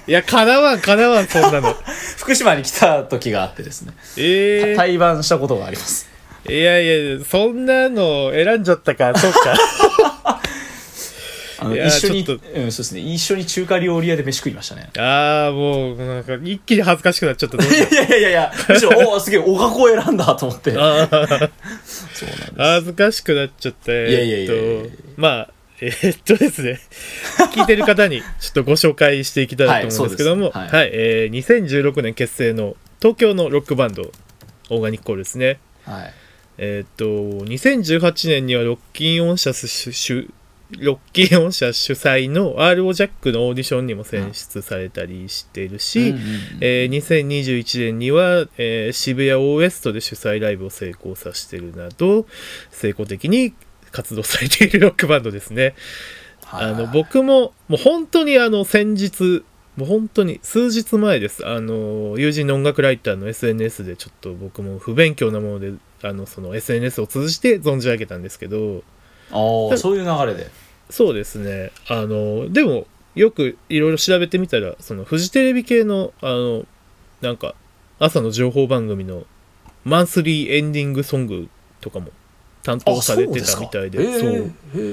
Speaker 2: いやかなわんかなわんそんなの
Speaker 1: 福島に来た時があってですね、
Speaker 2: えー、
Speaker 1: 対バンしたことがあります。
Speaker 2: いやいやそんなの選んじゃっ たかそうか
Speaker 1: あの
Speaker 2: いやー
Speaker 1: 一緒に、
Speaker 2: ち
Speaker 1: うん
Speaker 2: ょっ、
Speaker 1: そうですね、一緒に中華料理屋で飯食いましたね。
Speaker 2: ああもうなんか一気に恥ずかしくなっちゃったどうしよう
Speaker 1: いやいやいやいや、むしろ、おーすげえ、おがこを選んだと思って。そう
Speaker 2: あー
Speaker 1: なんです。
Speaker 2: 恥ずかしくなっちゃった
Speaker 1: いやいやいやいや
Speaker 2: えっとまあえっとですね聞いてる方にちょっとご紹介していきたいと思うんですけど
Speaker 1: は
Speaker 2: も、
Speaker 1: いそう
Speaker 2: はい
Speaker 1: ですね
Speaker 2: えー2016年結成の東京のロックバンドオーガニックコールですね
Speaker 1: はい。
Speaker 2: えっと2018年にはロッキンオン社主主ロッキンオン社主催の RO ジャックのオーディションにも選出されたりしているし、
Speaker 1: うんうんうん
Speaker 2: えー2021年には、えー渋谷オーエストで主催ライブを成功させてるなど成功的に活動されているロックバンドですね。あの僕ももう本当にあの先日もう本当に数日前ですあの友人の音楽ライターの SNS でちょっと僕も不勉強なものであのその SNS を通じて存じ上げたんですけど
Speaker 1: ああ、そういう流れで。
Speaker 2: そうですねあのでもよくいろいろ調べてみたらそのフジテレビ系のあのなんか朝の情報番組のマンスリーエンディングソングとかも担当されてたみたいで
Speaker 1: そうす
Speaker 2: そう
Speaker 1: かへーへ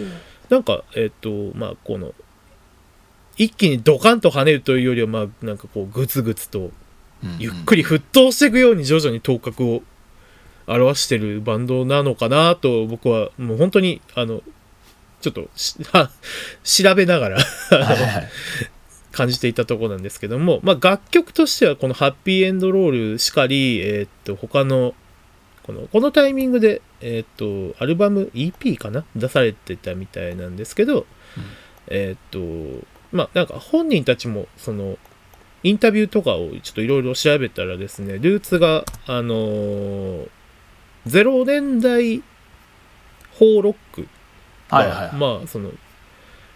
Speaker 1: ー
Speaker 2: なんかえっ、とまあこの一気にドカンと跳ねるというよりはまあなんかこうグツグツと
Speaker 1: うん
Speaker 2: ゆっくり沸騰していくように徐々に頭角を表してるバンドなのかなと僕はもう本当にあのちょっとし 調べながら
Speaker 1: はいはいはい
Speaker 2: 感じていたところなんですけども、まあ、楽曲としてはこの「ハッピーエンドロール」しかり、えーっと他のこのこのタイミングで、えーっとアルバム EP かな出されてたみたいなんですけど、えーっとまあなんか本人たちもそのインタビューとかをちょっといろいろ調べたらですねルーツがあのー0年代ホーロック
Speaker 1: はいはいはい。
Speaker 2: まあその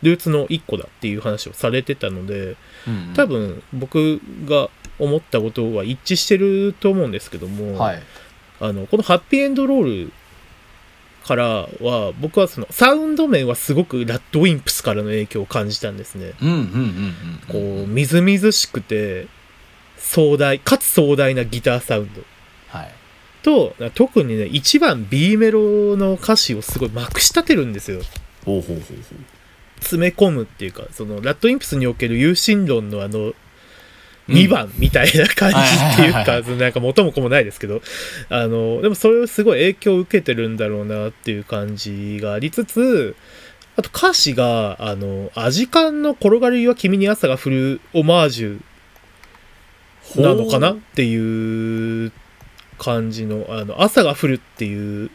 Speaker 2: ルーツの一個だっていう話をされてたので、
Speaker 1: うんうん
Speaker 2: 多分僕が思ったことは一致してると思うんですけども、
Speaker 1: はい。
Speaker 2: あのこの「ハッピーエンドロール」からは僕はそのサウンド面はすごくラッドウィンプスからの影響を感じたんですね。
Speaker 1: うんうん
Speaker 2: こ
Speaker 1: うんうん。
Speaker 2: うみずみずしくて壮大かつ壮大なギターサウンド
Speaker 1: はい。
Speaker 2: と特にね1番 B メロの歌詞をすごいまくし立てるんですよ。
Speaker 1: ほうほうほう
Speaker 2: 詰め込むっていうかそのラッドインプスにおける有心論のあの
Speaker 1: うん
Speaker 2: 2番みたいな感じって
Speaker 1: はいは
Speaker 2: いう
Speaker 1: いはい
Speaker 2: か、そのなんか元も子もないですけどあのでもそれをすごい影響を受けてるんだろうなっていう感じがありつつあと歌詞が「あのアジカンの転がるは君に朝が降る」オマージュ
Speaker 1: ほう。
Speaker 2: なのかなっていう感じの「あの朝が降る」っていう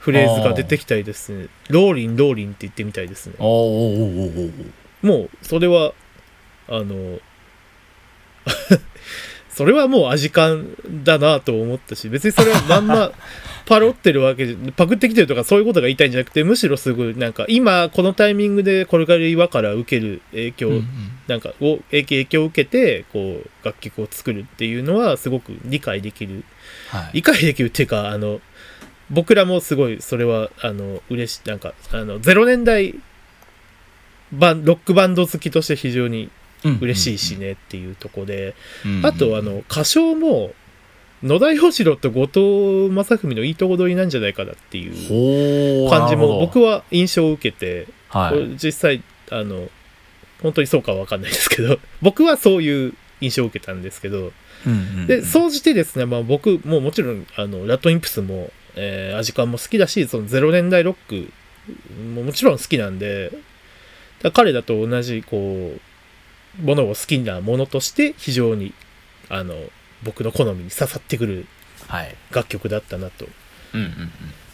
Speaker 2: フレーズが出てきたりですね「ローリンローリン」って言ってみたいですね。
Speaker 1: おーおーおーおーおー
Speaker 2: もうそれはあの それはもう味感だなと思ったし別にそれはま んまパロってるわけじゃパクってきてるとかそういうことが言いたいんじゃなくてむしろすごいなんか今このタイミングでこれから岩から受ける影響、
Speaker 1: うんうん
Speaker 2: なんかを影影響を受けてこう楽曲を作るっていうのはすごく理解できる
Speaker 1: はい。
Speaker 2: 理解できるっていうかあの僕らもすごいそれはあの嬉しいなんかあの0年代バンロックバンド好きとして非常に嬉しいしねっていうとこで、
Speaker 1: うんうんうん。
Speaker 2: あとあの歌唱も野田洋次郎と後藤正文のいいとこ取りなんじゃないかなっていう
Speaker 1: ほう
Speaker 2: 感じも僕
Speaker 1: は、
Speaker 2: は印象を受けて、
Speaker 1: はい、
Speaker 2: これ実際あの本当にそうかは分かんないですけど僕はそういう印象を受けたんですけど、
Speaker 1: うんうんうん
Speaker 2: で、総じてですね、まあ、僕ももちろんあのラットインプスも、えーアジカンも好きだしその0年代ロックももちろん好きなんでだ彼らと同じこうものを好きなものとして非常にあの僕の好みに刺さってくる
Speaker 1: はい。
Speaker 2: 楽曲だったなと
Speaker 1: うんうんうん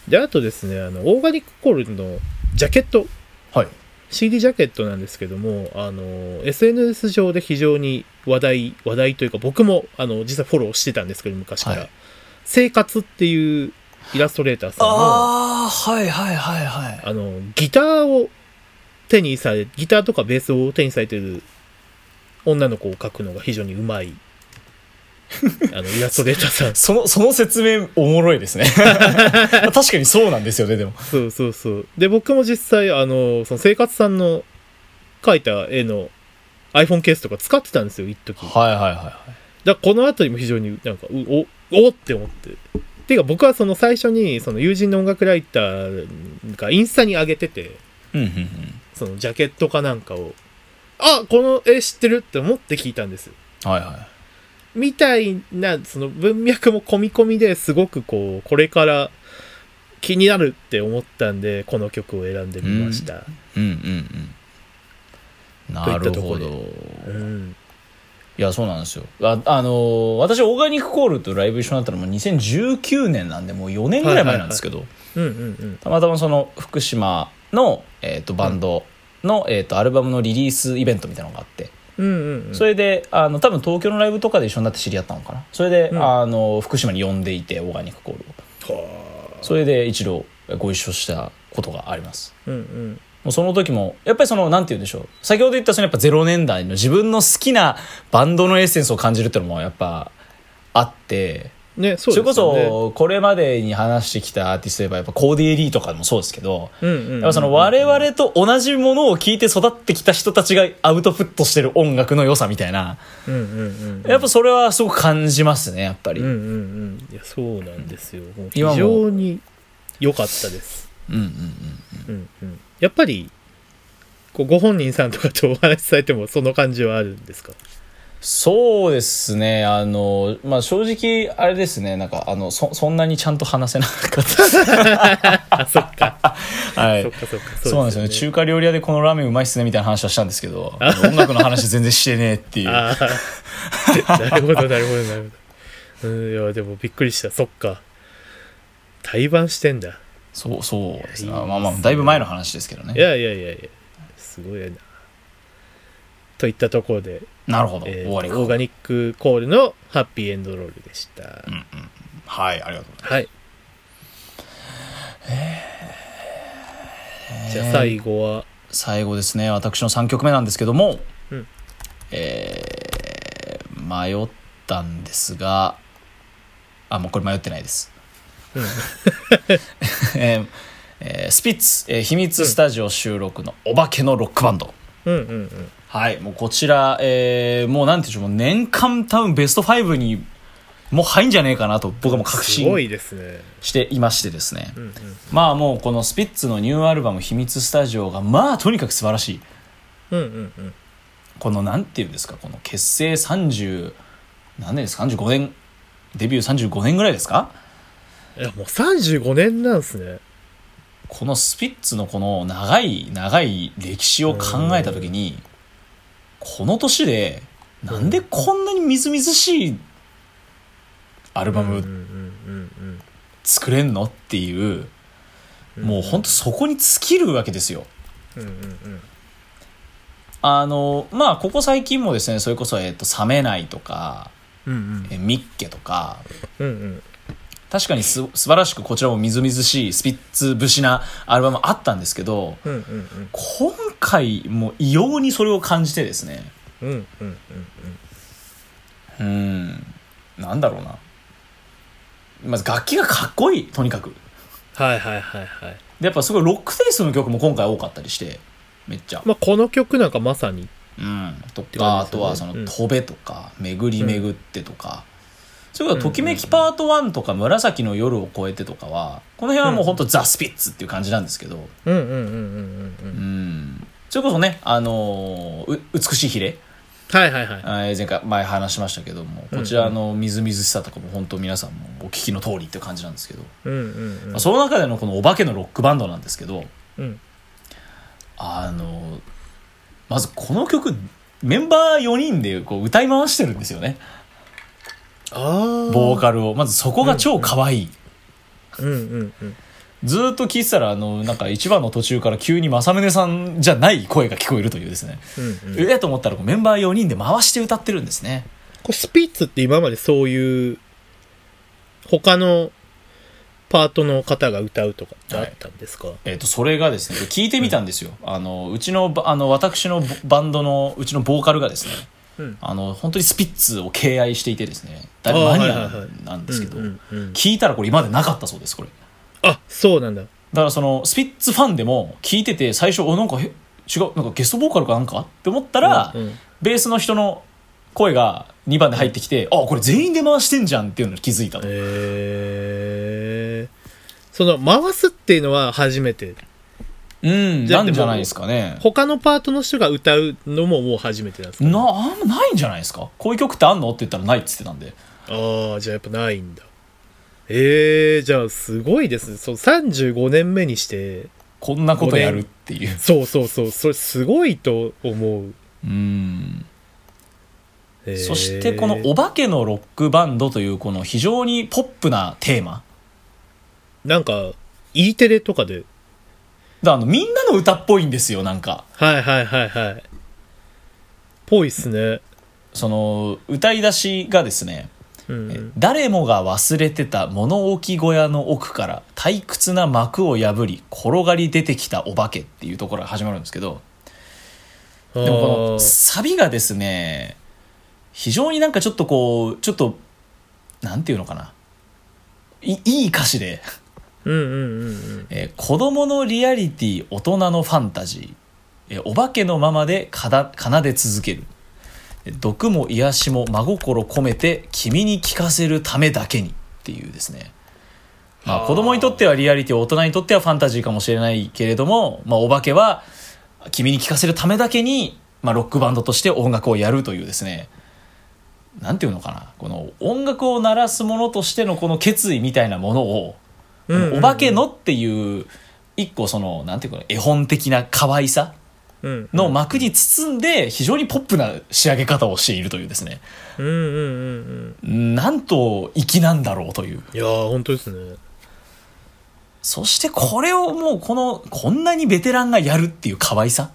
Speaker 2: であとですねあのオーガニックコールのジャケット
Speaker 1: はい
Speaker 2: CD ジャケットなんですけどもあの SNS 上で非常に話題話題というか僕もあの実際フォローしてたんですけど昔から、
Speaker 1: はい
Speaker 2: 生活っていうイラストレーターさんの
Speaker 1: ああはいはいはいはい
Speaker 2: あのギターを手にされギターとかベースを手にされてる女の子を描くのが非常にう まいあのイラストレーターさん
Speaker 1: そのその説明おもろいですね 確かにそうなんですよねでも
Speaker 2: そうそうそうで僕も実際あのその生活さんの描いた絵の iPhone ケースとか使ってたんですよ一時
Speaker 1: はいはいはいはい
Speaker 2: だからこの辺りも非常になんかうおおって思ってていうか僕はその最初にその友人の音楽ライターがインスタに上げてて
Speaker 1: うんうんうん
Speaker 2: そのジャケットかなんかをあこの絵知ってるって思って聞いたんです
Speaker 1: はいは
Speaker 2: みたいなその文脈も込み込みですごくこうこれから気になるって思ったんでこの曲を選んでみました、
Speaker 1: いうんうんうんな
Speaker 2: とい
Speaker 1: る
Speaker 2: ったとこ
Speaker 1: ほ
Speaker 2: で
Speaker 1: ど
Speaker 2: うん
Speaker 1: いやそうなんですよああのー私オーガニックコールとライブ一緒になったのも2019年なんでもう4年ぐらい前なんですけど、
Speaker 2: うんうん
Speaker 1: たまたまその福島の、えー、とバンドの、えー、とアルバムのリリースイベントみたいなのがあって、
Speaker 2: うんうんうん
Speaker 1: それであの多分東京のライブとかで一緒になって知り合ったのかなそれで、
Speaker 2: うん
Speaker 1: あの福島に呼んでいてオーガニックコールを
Speaker 2: は
Speaker 1: それで一度ご一緒したことがあります
Speaker 2: あうんうん
Speaker 1: もうその時もやっぱりそのなんて言うんでしょう先ほど言ったそのやっぱ0年代の自分の好きなバンドのエッセンスを感じるっていうのもやっぱあって
Speaker 2: ね
Speaker 1: そ,、
Speaker 2: そうですよね
Speaker 1: れこそこれまでに話してきたアーティストといえばやっぱコーディエリーとかもそうですけど、
Speaker 2: うんうんうんう
Speaker 1: や
Speaker 2: ん
Speaker 1: っぱその我々と同じものを聞いて育ってきた人たちがアウトプットしてる音楽の良さみたいな、
Speaker 2: うんうんうん
Speaker 1: やっぱそれはすごく感じますねやっぱり、
Speaker 2: うんうんうんいやそうなんですよもう非
Speaker 1: 今も
Speaker 2: 常に良かったです、
Speaker 1: うんうん
Speaker 2: うんうん、やっぱりこうご本人さんとかとお話しされてもその感じはあるんですか
Speaker 1: そうですねあのまあ正直あれですねなんかあのそそんなにちゃんと話せなかっ
Speaker 2: あそっか、
Speaker 1: たはい
Speaker 2: そっかそっか
Speaker 1: そうなんですよね中華料理屋でこのラーメンうまいっすねみたいな話はしたんですけどあの音楽の話全然してねえっていう
Speaker 2: ああなるほどなるほどなるほどうんいやでもびっくりしたそっか対バンしてんだ
Speaker 1: そうそうですね
Speaker 2: いやいいですね
Speaker 1: まあまあだいぶ前の話ですけど
Speaker 2: い
Speaker 1: ね
Speaker 2: やいやいやいやすごいなといったところで、
Speaker 1: なるほど、
Speaker 2: えー
Speaker 1: 終わりか
Speaker 2: オーガニックコールのハッピーエンドロールでした、
Speaker 1: はいありがとうございます
Speaker 2: はい。じゃあ最後は、
Speaker 1: 最後ですね私の3曲目なんですけども、
Speaker 2: うん
Speaker 1: えー迷ったんですがあもうこれ迷ってないです、
Speaker 2: うん
Speaker 1: えーえースピッツ、えー秘密スタジオ収録の「お化けのロックバンド」
Speaker 2: うんうんうん。
Speaker 1: はいもうこちら、えーもうなんていうんでしょうもう年間多分ベスト5にもう入んじゃねえかなと僕はもう確
Speaker 2: すご
Speaker 1: 信
Speaker 2: いですね。
Speaker 1: していましてですね
Speaker 2: うんうん。
Speaker 1: まあもうこのスピッツのニューアルバム「秘密スタジオ」がまあとにかく素晴らしい
Speaker 2: うんうんうん。
Speaker 1: このなんていうんですかこの結成30何年ですか35年デビュー35年ぐらいですか
Speaker 2: いや、もう35年なんですね。
Speaker 1: このスピッツのこの長い長い歴史を考えた時にこの年でなんでこんなにみずみずしいアルバ
Speaker 2: うんうん
Speaker 1: ム
Speaker 2: うん
Speaker 1: 作れんのっていう
Speaker 2: うん。
Speaker 1: もうほんとそこに尽きるわけですよ。
Speaker 2: うんうんうん。
Speaker 1: あのまあここ最近もですねそれこそ「えっと冷めない」とか
Speaker 2: うん
Speaker 1: 「えミッケ」とか
Speaker 2: うん。うんうん。
Speaker 1: 確かにす素晴らしくこちらもみずみずしいスピッツ節なアルバムあったんですけど
Speaker 2: うんうんうん。
Speaker 1: 今回も異様にそれを感じてですね
Speaker 2: うんうんうんうん。
Speaker 1: うんなんだろうなまず楽器がかっこいいとにかく
Speaker 2: はいはいはいはい。
Speaker 1: でやっぱすごいロックテイストの曲も今回多かったりしてめっちゃ、
Speaker 2: まあ、この曲なんかまさに。
Speaker 1: うんとか、
Speaker 2: て感
Speaker 1: あ
Speaker 2: じで
Speaker 1: と
Speaker 2: すよね
Speaker 1: はその
Speaker 2: うん
Speaker 1: 「飛べ」とか「巡り巡って」とか、それから「ときめきパート1」とか「紫の夜を越えて」とかはこの辺はもう本当ザ・スピッツっていう感じなんですけど、
Speaker 2: うんうんうんうんうんう。
Speaker 1: うんんそれこそね、あのーう美しいヒレ、
Speaker 2: はいはいはい。
Speaker 1: あー前回前話しましたけどもこちらのみずみずしさとかも本当皆さんもお聞きの通りって感じなんですけど、
Speaker 2: うんうんうん
Speaker 1: まあ、。その中でのこのお化けのロックバンドなんですけど、
Speaker 2: うん
Speaker 1: あのーまずこの曲メンバー4人でこう歌い回してるんですよね
Speaker 2: ああ。
Speaker 1: ボーカルをまずそこが超可愛い、
Speaker 2: うんうんうん
Speaker 1: ずーっと聞いてたらあのなんか一番の途中から急に正宗さんじゃない声が聞こえるというですね、
Speaker 2: うんうん
Speaker 1: ええと思ったらこうメンバー4人で回して歌ってるんですね
Speaker 2: これスピッツって今までそういう他のパートの方が歌うとかってあったんですか、
Speaker 1: えっとそれがですね聞いてみたんですよ、あのうちのばあの私のボバンドのうちのボーカルがですね
Speaker 2: うん
Speaker 1: あの本当にスピッツを敬愛していてですねだいぶマニ
Speaker 2: あーは
Speaker 1: ア
Speaker 2: いはいはい
Speaker 1: なんですけど、
Speaker 2: うんうんうん
Speaker 1: 聞いたらこれ今までなかったそうですこれ
Speaker 2: あそうなんだ
Speaker 1: だからそのスピッツファンでも聞いてて最初おなんかへ違うなんかゲストボーカルかなんかって思ったら、
Speaker 2: うんうん
Speaker 1: ベースの人の声が2番で入ってきて、あこれ全員で回してんじゃんっていうのに気づいたと、
Speaker 2: へえその回すっていうのは初めて
Speaker 1: うん
Speaker 2: じゃあ
Speaker 1: なんじゃないですかね
Speaker 2: 他のパートの人が歌うのももう初めてなんですか、
Speaker 1: なあんまないんじゃないですかこういう曲ってあんのって言ったらないっつってたんで
Speaker 2: ああじゃあやっぱないんだえー、じゃあすごいですねそう35年目にして
Speaker 1: こんなことやるっていう
Speaker 2: そうそうそうそれすごいと思う、
Speaker 1: うん
Speaker 2: えー
Speaker 1: そしてこの「お化けのロックバンド」というこの非常にポップなテーマ
Speaker 2: なんか E テレとかで
Speaker 1: だからあのみんなの歌っぽいんですよなんか
Speaker 2: はいはいはいはいぽいっすね
Speaker 1: その歌い出しがですね
Speaker 2: うんう
Speaker 1: え
Speaker 2: ん
Speaker 1: 誰もが忘れてた物置小屋の奥から退屈な幕を破り転がり出てきたお化けっていうところが始まるんですけど
Speaker 2: で
Speaker 1: でもこのサビがですね非常になんかちょっとこうちょっとなんていうのかないいい歌詞で、
Speaker 2: うんうんうんうん
Speaker 1: えー子供のリアリティ大人のファンタジー、えーお化けのままでかだ奏で続けるえー毒も癒しも真心込めて君に聞かせるためだけにっていうですねまあ、
Speaker 2: あー
Speaker 1: 子供にとってはリアリティ大人にとってはファンタジーかもしれないけれども、まあ、お化けは君に聞かせるためだけに、まあ、ロックバンドとして音楽をやるというですねなんていうのかなこの音楽を鳴らすものとしてのこの決意みたいなものを、
Speaker 2: うんうんうん
Speaker 1: お化けのっていう一個そのなんていうかな絵本的な可愛さ
Speaker 2: うん
Speaker 1: の幕に包んで非常にポップな仕上げ方をしているというですね
Speaker 2: うんうんうんうん
Speaker 1: なんと粋なんだろうという
Speaker 2: いやー本当ですね
Speaker 1: そしてこれをもうこのこんなにベテランがやるっていう可愛さ、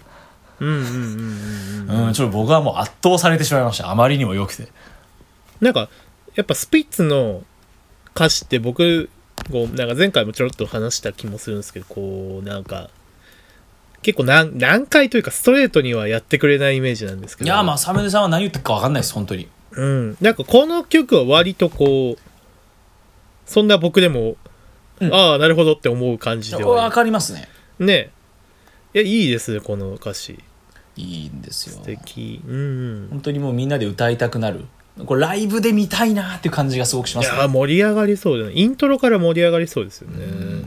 Speaker 2: うんうんうんうんうん
Speaker 1: うん、ちょっと僕はもう圧倒されてしまいましたあまりにも良くて
Speaker 2: なんかやっぱスピッツの歌詞って僕こうなんか前回もちょろっと話した気もするんですけどこうなんか結構難難解というかストレートにはやってくれないイメージなんですけ
Speaker 1: い
Speaker 2: ど
Speaker 1: やーまあサムネさんは何言ってるか分かんないです本当に
Speaker 2: うん、なんかこの曲は割とこうそんな僕でも、
Speaker 1: うん
Speaker 2: ああなるほどって思う感じ
Speaker 1: こ
Speaker 2: で
Speaker 1: れは
Speaker 2: は
Speaker 1: 分かりますね
Speaker 2: ねえいやいいですねこの歌詞
Speaker 1: いいんです
Speaker 2: 素
Speaker 1: よ
Speaker 2: 敵うん
Speaker 1: 本当にもうみんなで歌いたくなるこれライブで見たいなーっていう感じがすごくし
Speaker 2: い
Speaker 1: ますね
Speaker 2: やー盛り上がりそうだねイントロから盛り上がりそうですよね、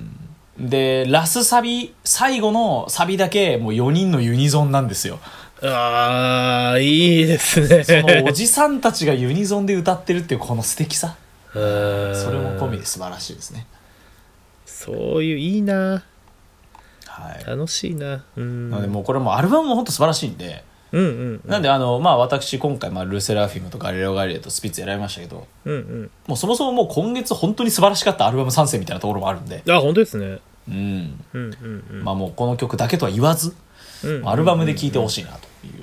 Speaker 1: でラスサビ最後のサビだけもう4人のユニゾンなんですよ
Speaker 2: ああいいですね
Speaker 1: そ のおじさんたちがユニゾンで歌ってるっていうこの素敵さ
Speaker 2: それ
Speaker 1: それも込みで素晴らしいですね
Speaker 2: そういういいな
Speaker 1: はい
Speaker 2: 楽しいなうん
Speaker 1: なのでもうこれもアルバムも本当素晴らしいんで、
Speaker 2: うんうん
Speaker 1: なんであのまあ私今回まあルセラフィムとガリレオ・ガリレイとスピッツ選びましたけど
Speaker 2: うん
Speaker 1: もうそもそももう今月本当に素晴らしかったアルバム参戦みたいなところもあるんで
Speaker 2: うんあ本当ですね
Speaker 1: うん
Speaker 2: うんうん
Speaker 1: まあもうこの曲だけとは言わず
Speaker 2: うんうん
Speaker 1: アルバムで聴いてほしいな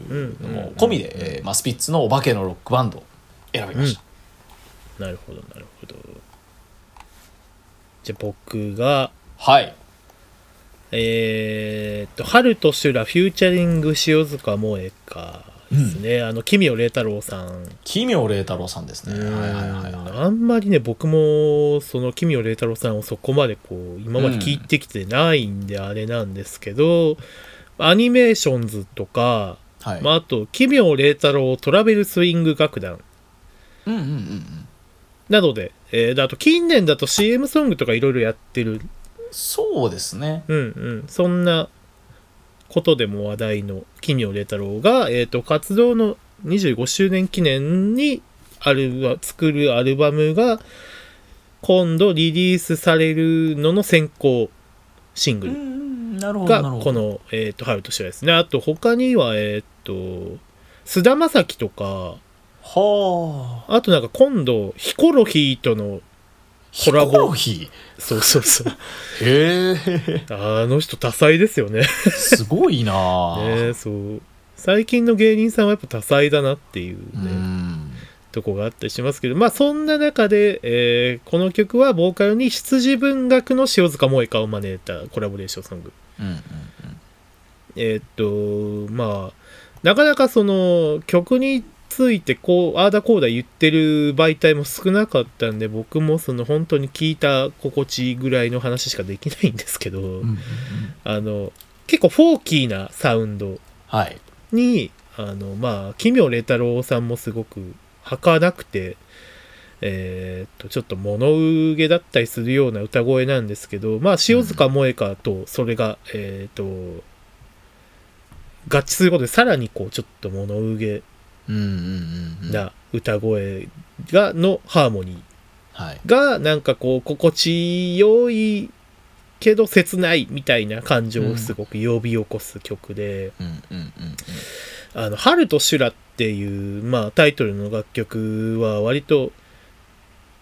Speaker 1: というのも込みで、えーまあ、スピッツの「お化けのロックバンド」を選びました、
Speaker 2: なるほどなるほどじゃあ僕が
Speaker 1: はい
Speaker 2: えー、っと「春と修羅フューチャリング塩塚萌えか」ですね、あの奇妙麗太郎さん
Speaker 1: 奇妙麗太郎さんですねはいはいはいはい
Speaker 2: あんまりね僕もその奇妙麗太郎さんをそこまでこう今まで聞いてきてないんであれなんですけど、アニメーションズとか、
Speaker 1: はい、
Speaker 2: まあ、あと奇妙麗太郎トラベルスイング楽団
Speaker 1: うんうんうんうん
Speaker 2: などで、えーであと近年だと CM ソングとかいろいろやってる
Speaker 1: そうですね
Speaker 2: うんうんそんなことでも話題の奇妙麗太郎が、えー、と活動の25周年記念にアルバ作るアルバムが今度リリースされるのの先行シング
Speaker 1: う
Speaker 2: ル
Speaker 1: んなるほど
Speaker 2: が
Speaker 1: なるほ
Speaker 2: こ
Speaker 1: ど
Speaker 2: の「えー、と春と修羅」ですねあと他にはえっ、と菅田将暉とか
Speaker 1: は
Speaker 2: あとなんか今度ヒコロヒーとの
Speaker 1: コ
Speaker 2: ラボ
Speaker 1: ヒコーヒ
Speaker 2: そうそうそう。
Speaker 1: ーへえ
Speaker 2: あの人多彩ですよ ね。
Speaker 1: すごいな あ、
Speaker 2: ねそう。最近の芸人さんはやっぱ多彩だなっていう
Speaker 1: う
Speaker 2: ね、
Speaker 1: ん
Speaker 2: とこがあったりしますけど、まあそんな中で、えーこの曲はボーカルに羊文学の塩塚萌香を招いたコラボレーションソング。
Speaker 1: うんうん
Speaker 2: えーっと、まあ、なかなかその曲についてこう、ああだこうだ言ってる媒体も少なかったんで、僕もその本当に聞いた心地いいぐらいの話しかできないんですけど、
Speaker 1: うんうんうん
Speaker 2: あの、結構フォーキーなサウンド
Speaker 1: はい
Speaker 2: に、あの、まあ、奇妙麗太郎さんもすごく儚くて、えーっと、ちょっと物憂げだったりするような歌声なんですけど、まあ、塩塚萌香とそれが、えーっと、合致することで、さらにこう、ちょっと物憂げ
Speaker 1: うんうんうんうん
Speaker 2: な歌声が、のハーモニー
Speaker 1: はい
Speaker 2: が、なんかこう、心地よいけど切ないみたいな感情をすごく呼び起こす曲で、
Speaker 1: うんうんうんうん
Speaker 2: あの、春と修羅っていう、まあ、タイトルの楽曲は割と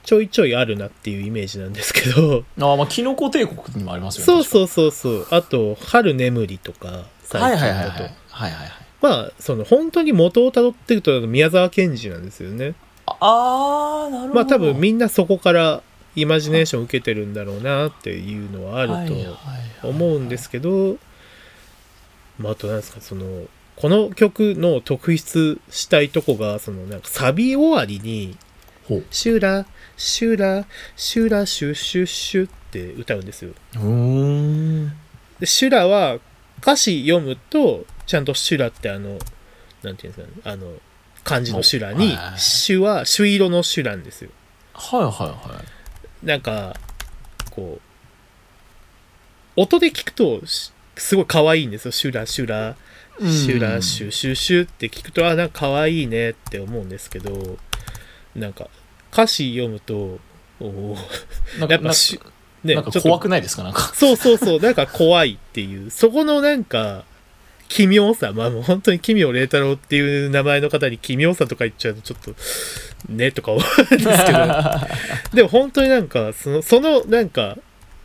Speaker 2: ちょいちょいあるなっていうイメージなんで すけど、
Speaker 1: ああまあキノコ帝国にもありますよね
Speaker 2: そうそうそうそう、あと、春眠りとか、
Speaker 1: 確かには
Speaker 2: 最
Speaker 1: い
Speaker 2: 近
Speaker 1: はいはいは
Speaker 2: だ
Speaker 1: いはい
Speaker 2: と。
Speaker 1: はいはい
Speaker 2: まあ、その、本当に元をたどっていくと、宮沢賢治なんですよね。
Speaker 1: ああなるほど
Speaker 2: まあ、多分みんなそこからイマジネーション受けてるんだろうなっていうのはあると思うんですけど、まあ、あとなんですかそのこの曲の特筆したいとこがそのなんかサビ終わりに
Speaker 1: ほう
Speaker 2: 「シュラシュラシュラシュシュシュ」って歌うんですよ。
Speaker 1: うーん
Speaker 2: で「シュラ」は歌詞読むとちゃんと「シュラ」ってあのなんていうんですかねあの漢字の「シュラ」に
Speaker 1: は
Speaker 2: 「
Speaker 1: い
Speaker 2: シュ」は「朱色の「シュラ」んですよ。
Speaker 1: はいはいはい
Speaker 2: なんかこう音で聞くとしすごい可愛いんですよ「シュラシュラ」シュラシュシュシュって聞くとあなんか可愛いねって思うんですけどなんか歌詞読むとおー
Speaker 1: なんか
Speaker 2: やっぱしね
Speaker 1: なんか
Speaker 2: ちょっと
Speaker 1: 怖くないですかなん か
Speaker 2: そうそうそうなんか怖いっていうそこのなんか奇妙さまあもう本当に奇妙麗太郎っていう名前の方に奇妙さとか言っちゃうとちょっとねとか思うんです けどでも本当になんかそのそのなんか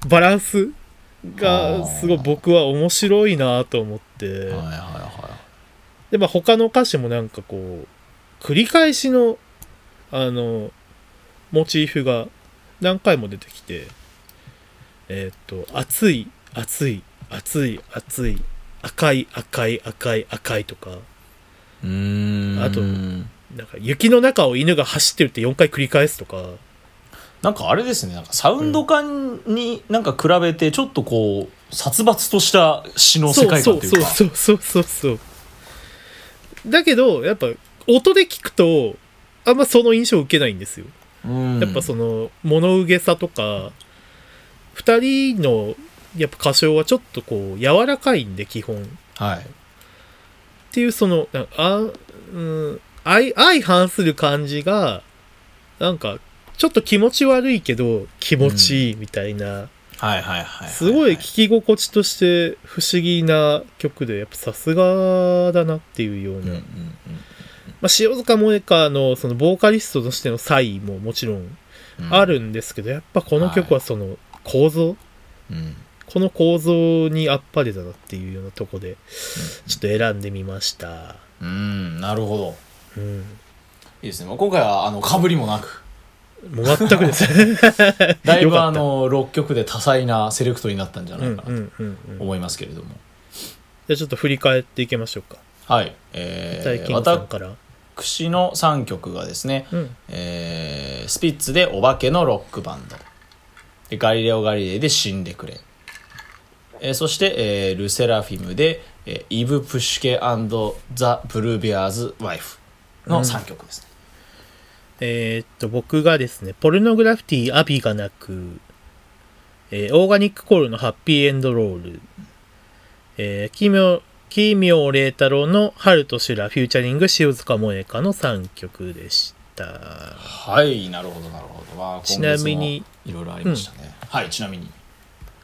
Speaker 2: バランスがすごい僕は面白いなと思って。
Speaker 1: はいはいは
Speaker 2: で、まあ、他の歌詞もなんかこう、繰り返しの、あの、モチーフが何回も出てきて、えーっと、熱い、熱い、熱い、熱い、赤い、赤い、赤い、赤いとか、
Speaker 1: いうーん
Speaker 2: あとなんか雪の中を犬が走ってるって4回繰り返すとか、
Speaker 1: なんかあれですねなんかサウンド感になんか比べてちょっとこう殺伐とした詩の世界観というか
Speaker 2: そうそうそうそうそうそうだけどやっぱ音で聞くとあんまその印象を受けないんですよや
Speaker 1: や
Speaker 2: っぱその物憂げさとか2人のやっぱ歌唱はちょっとこう柔らかいんで基本っ
Speaker 1: はい
Speaker 2: ていうそのなんかあ、うん、相相反する感じがなんかちょっと気持ち悪いけど気持ちいいみたいな、
Speaker 1: はいはいはい
Speaker 2: すごい聴き心地として不思議な曲でやっぱさすがだなっていうよう
Speaker 1: うん
Speaker 2: な、
Speaker 1: うんうん
Speaker 2: まあ、塩塚萌香のそのボーカリストとしての才ももちろん
Speaker 1: うん
Speaker 2: あるんですけどやっぱこの曲はその構造、
Speaker 1: うん
Speaker 2: この構造にあっぱれだなっていうようなとこで、ちょっと選んでみました。
Speaker 1: うんなるほど
Speaker 2: うん。
Speaker 1: いいですねまあ今回はあのかぶりも なく
Speaker 2: もう全くです。
Speaker 1: だい
Speaker 2: よ
Speaker 1: ぶ
Speaker 2: か
Speaker 1: あ
Speaker 2: った
Speaker 1: の6曲で多彩なセレクトになったんじゃ
Speaker 2: う
Speaker 1: なんいか
Speaker 2: う
Speaker 1: なん
Speaker 2: うんうん。
Speaker 1: と
Speaker 2: じゃ
Speaker 1: 思いますけれども、
Speaker 2: あちょっと振り返っていきましょうか。
Speaker 1: はい、え
Speaker 2: 大
Speaker 1: ー、
Speaker 2: 金さん
Speaker 1: 私
Speaker 2: から。
Speaker 1: の3曲がですね、
Speaker 2: うん。
Speaker 1: えースピッツで「お化けのロックバンド」で「ガリレオ・ガリレイ」で「死んでくれ」えーそして、えールセラフィムで、えーイブ・プシュケザ・ブルーベアーズ・ワイフの3曲ですね、
Speaker 2: えーっと、僕がですね、ポルノグラフィティ、アビがなく、えーオーガニックコールのハッピーエンドロール、えー、奇妙、奇妙麗太郎の春と修羅、フューチャリング、塩塚萌香の3曲でした。
Speaker 1: はいなるほどなるほど、まあ、
Speaker 2: ちなみに
Speaker 1: 今月もいろいろありましたね、はいちなみに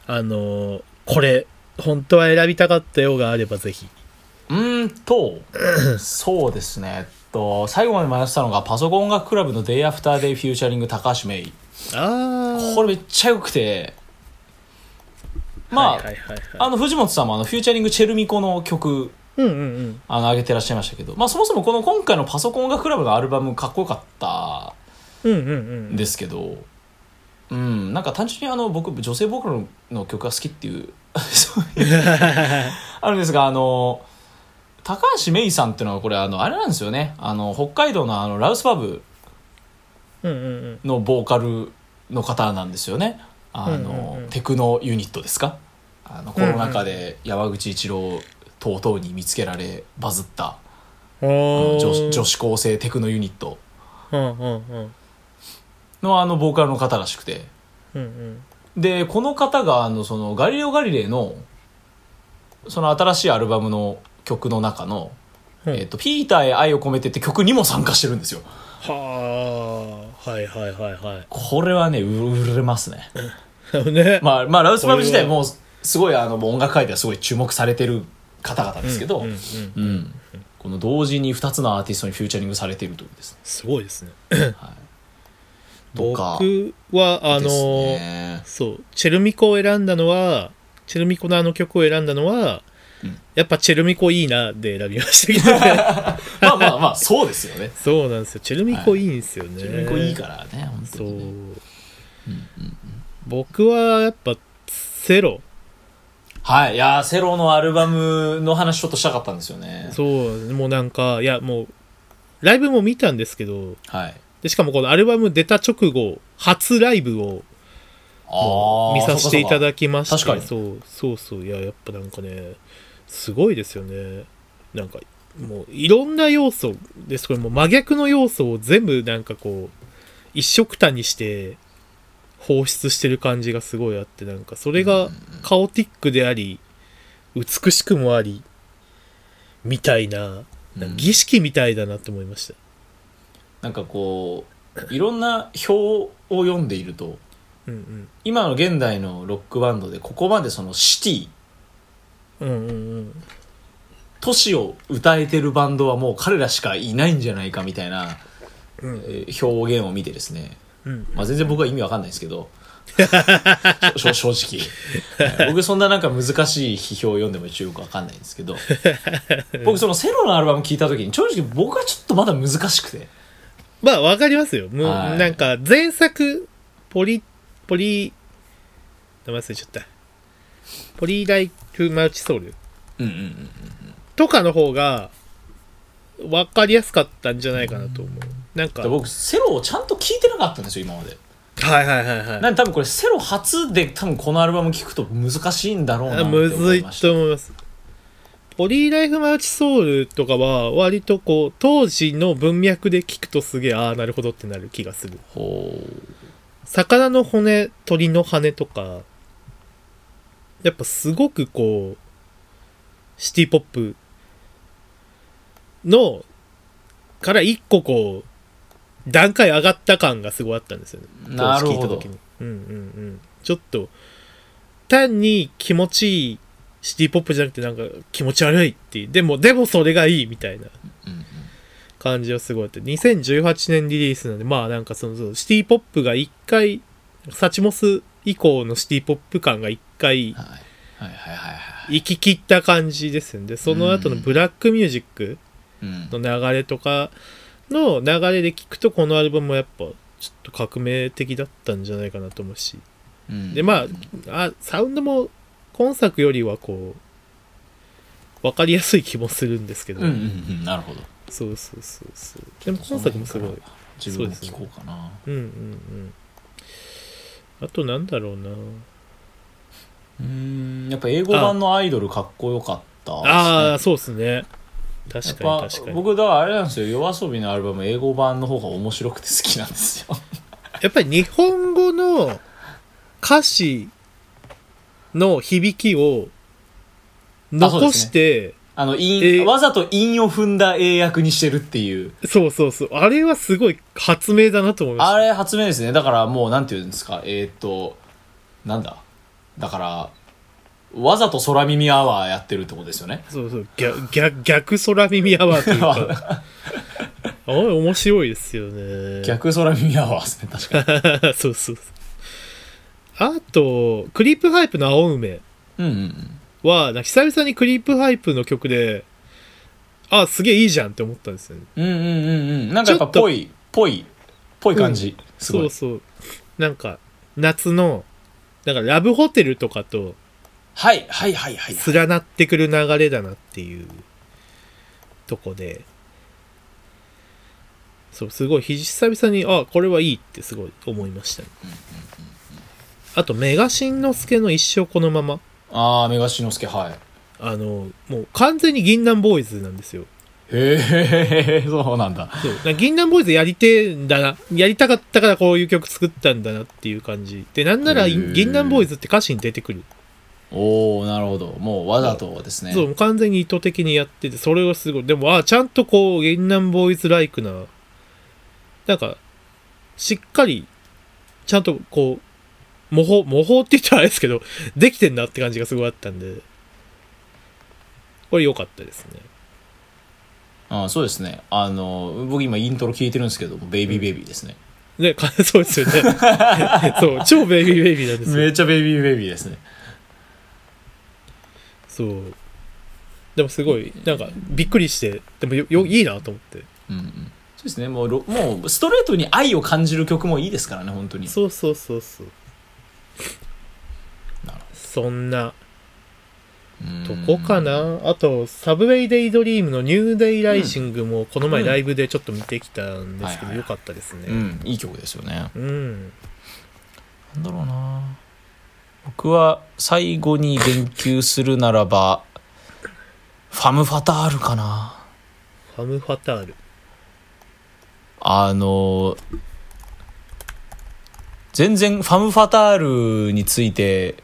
Speaker 2: あのーこれ、本当は選びたかったようがあればぜひ。
Speaker 1: うーん とそうですねえっと最後まで迷ってたのがパソコン音楽クラブの「デイアフターデイフューチャリング高橋芽衣
Speaker 2: あ
Speaker 1: これめっちゃ良くてまあ、
Speaker 2: はいはいはいはい
Speaker 1: あの藤本さんもあのフューチャリングチェルミコの曲
Speaker 2: うんうんうん
Speaker 1: あの上げてらっしゃいましたけど、まあ、そもそもこの今回のパソコン音楽クラブのアルバムかっこよかった
Speaker 2: うんうんうん
Speaker 1: んですけどうんなんか単純にあの僕女性ボーカルの曲が好きっていう そういうあるんですがあの高橋芽衣さんっていうのはこれあのあれなんですよねあの北海道のあのラウスパブ
Speaker 2: うんうんうん
Speaker 1: のボーカルの方なんですよねあの、
Speaker 2: うんうんうん
Speaker 1: テクノユニットですかあのコロナ禍で山口一郎等々に見つけられバズった、あの
Speaker 2: おー
Speaker 1: 女子女子高生テクノユニット
Speaker 2: うんうんうん
Speaker 1: のあのボーカルの方らしくて
Speaker 2: うんうん
Speaker 1: でこの方があのその「ガリレオ・ガリレイの」その新しいアルバムの曲の中の「
Speaker 2: うん
Speaker 1: えっとピーターへ愛を込めて」って曲にも参加してるんですよ
Speaker 2: はあはいはいはいは
Speaker 1: これはねう売れますね
Speaker 2: いね
Speaker 1: まあ、まあ、ラウスパブ自体もすごいあのもう音楽界ではすごい注目されてる方々ですけど、
Speaker 2: う
Speaker 1: うんん
Speaker 2: うんうん
Speaker 1: この同時に2つのアーティストにフューチャリングされているというですね。
Speaker 2: すごいですね
Speaker 1: はい、とか
Speaker 2: 僕はあの
Speaker 1: ですね
Speaker 2: そうチェルミコを選んだのはチェルミコのあの曲を選んだのは、
Speaker 1: うん
Speaker 2: やっぱチェルミコいいなで選びましたけどね
Speaker 1: まあまあまあそうですよね。
Speaker 2: そうなんですよチェルミコいいんですよね、
Speaker 1: 自分こういいからね本当
Speaker 2: そう、
Speaker 1: にね。
Speaker 2: 僕はやっぱセロ
Speaker 1: はいいやーセロのアルバムの話ちょっとしたかったんですよね。
Speaker 2: そうもうなんかいやもうライブも見たんですけど
Speaker 1: はい。
Speaker 2: でしかもこのアルバム出た直後初ライブを
Speaker 1: ああ
Speaker 2: 見させていた
Speaker 1: き
Speaker 2: だきまして
Speaker 1: そうか
Speaker 2: そうそうそういややっぱなんかねすごいですよねなんかもういろんな要素ですこれもう真逆の要素を全部なんかこう一色たにして放出してる感じがすごいあってなんかそれがカオティックであり美しくもありみたいななんか儀式みたいだなって思いました
Speaker 1: なんかこういろんな表を読んでいると
Speaker 2: うん
Speaker 1: 今の現代のロックバンドでここまでそのシティ
Speaker 2: うんうんうんうん
Speaker 1: 都市を歌えてるバンドはもう彼らしかいないんじゃないかみたいな、
Speaker 2: うん
Speaker 1: えー表現を見てですね、
Speaker 2: うん
Speaker 1: まあ、全然僕は意味わかんないですけど しょ正直、はい僕そんななんか難しい批評を読んでも一応よくわかんないんです けど僕そのセロのアルバム聞いた時に正直僕はちょっとまだ難しくて
Speaker 2: まあ、わかりますよ。もう、
Speaker 1: はい
Speaker 2: なんか、前作、ポリ、ポリ、名前忘れちゃった。ポリライフマルチソウル
Speaker 1: うんうんうん
Speaker 2: とかの方が、わかりやすかったんじゃないかなと思う。なんか、
Speaker 1: で僕セロをちゃんと聞いてなかったんですよ今まで
Speaker 2: はいはいはいはい。
Speaker 1: なんで多分これセロ初で多分このアルバム聞くと難しいんだろうなって
Speaker 2: あ
Speaker 1: 思
Speaker 2: むず
Speaker 1: い
Speaker 2: い
Speaker 1: ました
Speaker 2: と思います。ポリライフマルチソウルとかは、割とこう、当時の文脈で聞くとすげえ、ああ、なるほどってなる気がする。
Speaker 1: ほう
Speaker 2: 魚の骨鳥の羽とかやっぱすごくこうシティポップのから一個こう段階上がった感がすごいあったんですよね
Speaker 1: なるほど
Speaker 2: 当時聞いた時にうんうんうんちょっと単に気持ちいいシティポップじゃなくてなんか気持ち悪いっていうでもでもそれがいいみたいな
Speaker 1: うんうん
Speaker 2: 感じはすごいあって2018年リリースなんでまあなんかそのそのシティポップが一回サチモス以降のシティポップ感が一回
Speaker 1: はいはいはいはいはい
Speaker 2: 行き切った感じですよねでその後のブラックミュージック
Speaker 1: うん
Speaker 2: の流れとかの流れで聞くとこのアルバムもやっぱちょっと革命的だったんじゃないかなと思うし
Speaker 1: うん
Speaker 2: でまああサウンドも今作よりはこう分かりやすい気もするんですけど、
Speaker 1: うんうんうんなるほど
Speaker 2: そうそうそうそうでも今作もすごい
Speaker 1: 自分も聞こうかな
Speaker 2: うんうんうんあとなんだろうな
Speaker 1: うーんやっぱ英語版のアイドルかっこよかったですね
Speaker 2: ああーそうですね確
Speaker 1: や
Speaker 2: か
Speaker 1: っぱ
Speaker 2: に確かに
Speaker 1: 僕だからあれなんですよ夜遊びのアルバム英語版の方が面白くて好きなんです よ
Speaker 2: やっぱり日本語の歌詞の響きを残して
Speaker 1: あの韻、
Speaker 2: えー
Speaker 1: わざと韻を踏んだ英訳にしてるっていう
Speaker 2: そう,、そうそうあれはすごい発明だなと思いまし
Speaker 1: あ
Speaker 2: た
Speaker 1: れ発明ですねだからもうなんていうんですかえーっとなんだだからわざと空耳アワーやってるってことですよね
Speaker 2: そうそう逆逆逆空耳アワーというかああれ面白いですよね。
Speaker 1: 逆空耳アワーですね、確か
Speaker 2: そうそうそう。あと、クリープハイプの青梅
Speaker 1: に。うんうんうん。
Speaker 2: は、なんか久々にクリープハイプの曲で、あ、すげえいいじゃんって思ったんですよね。
Speaker 1: うんうんうんうん。なんかやっぱ
Speaker 2: ちょっと
Speaker 1: ぽい、ぽい、ぽい感じ。すご
Speaker 2: そう
Speaker 1: い。
Speaker 2: そう。なんか、夏の、だからラブホテルとかと
Speaker 1: はいはいはいはい。
Speaker 2: 連なってくる流れだなっていうとこで、そう、すごい、久々に、あ、これはいいってすごい思いましたね。あと、メガシンのすけの一生このまま。
Speaker 1: ああ、メガシノスケ、はい。
Speaker 2: あの、もう完全に銀杏ボーイズなんですよ。
Speaker 1: へえ、 そうなんだ。
Speaker 2: そう。なんか銀杏ボーイズやりてえんだな。やりたかったからこういう曲作ったんだなっていう感じ。で、なんなら
Speaker 1: へー
Speaker 2: 銀杏ボーイズって歌詞に出てくる。
Speaker 1: おおなるほど。もうわざとですね。
Speaker 2: そう、もう完全に意図的にやってて、それはすごい。でも、あちゃんとこう、銀杏ボーイズライクな、なんか、しっかり、ちゃんとこう、模倣、模倣って言ったらあれですけど、できてんなって感じがすごいあったんで、これ良かったですね。
Speaker 1: あーそうですね。あの、僕今イントロ聞いてるんですけど、ベイビーベイビーですね。
Speaker 2: ね、かそうですよ ね。そう、超ベイビーベイビーなんですよ。
Speaker 1: っちゃベイビーベイビーですね。
Speaker 2: そう。でもすごい、なんか、びっくりして、でもよ、よ、いいなと思って。
Speaker 1: うんうん。そうですね。もうろ、もうストレートに愛を感じる曲もいいですからね、本当に。
Speaker 2: そうそうそうそう。
Speaker 1: なるほ
Speaker 2: そんな
Speaker 1: うん
Speaker 2: とこかな。あと、サブウェイデイドリームのニューデイライシングも、この前
Speaker 1: うん
Speaker 2: ライブでちょっと見てきたんで
Speaker 1: はい
Speaker 2: すけど、
Speaker 1: はいはい
Speaker 2: よかったです
Speaker 1: う
Speaker 2: ね。
Speaker 1: ん、いい曲ですよね。
Speaker 2: うん。
Speaker 1: なんだろうな僕は最後に言及するならば、ファム・ファタールかな
Speaker 2: ファム・ファタール。
Speaker 1: あの全然ファム・ファタールについて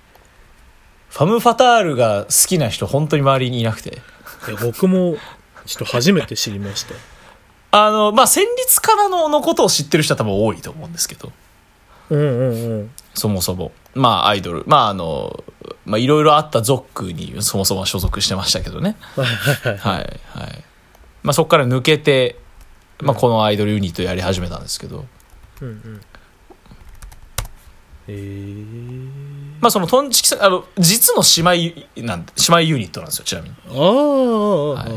Speaker 1: ファム・ファタールが好きな人本当に周りにいなくて
Speaker 2: いや僕も、ちょっと初めて知りました。
Speaker 1: あのまあ戦慄からののことを知ってる人は多分多いと思うんですけど
Speaker 2: うんうんうん。
Speaker 1: そもそもまあアイドルまああのまあいろいろあったゾックにそもそもは所属してましたけどね
Speaker 2: はいはいはい。
Speaker 1: はいはい、まあ、そこから抜けて、まあ、このアイドルユニットやり始めたんですけど
Speaker 2: うんうん。えー。
Speaker 1: まあそのトンチキさんあの実の姉妹なんて姉妹ユニットなんですよちなみに
Speaker 2: ああ、
Speaker 1: はい
Speaker 2: ああ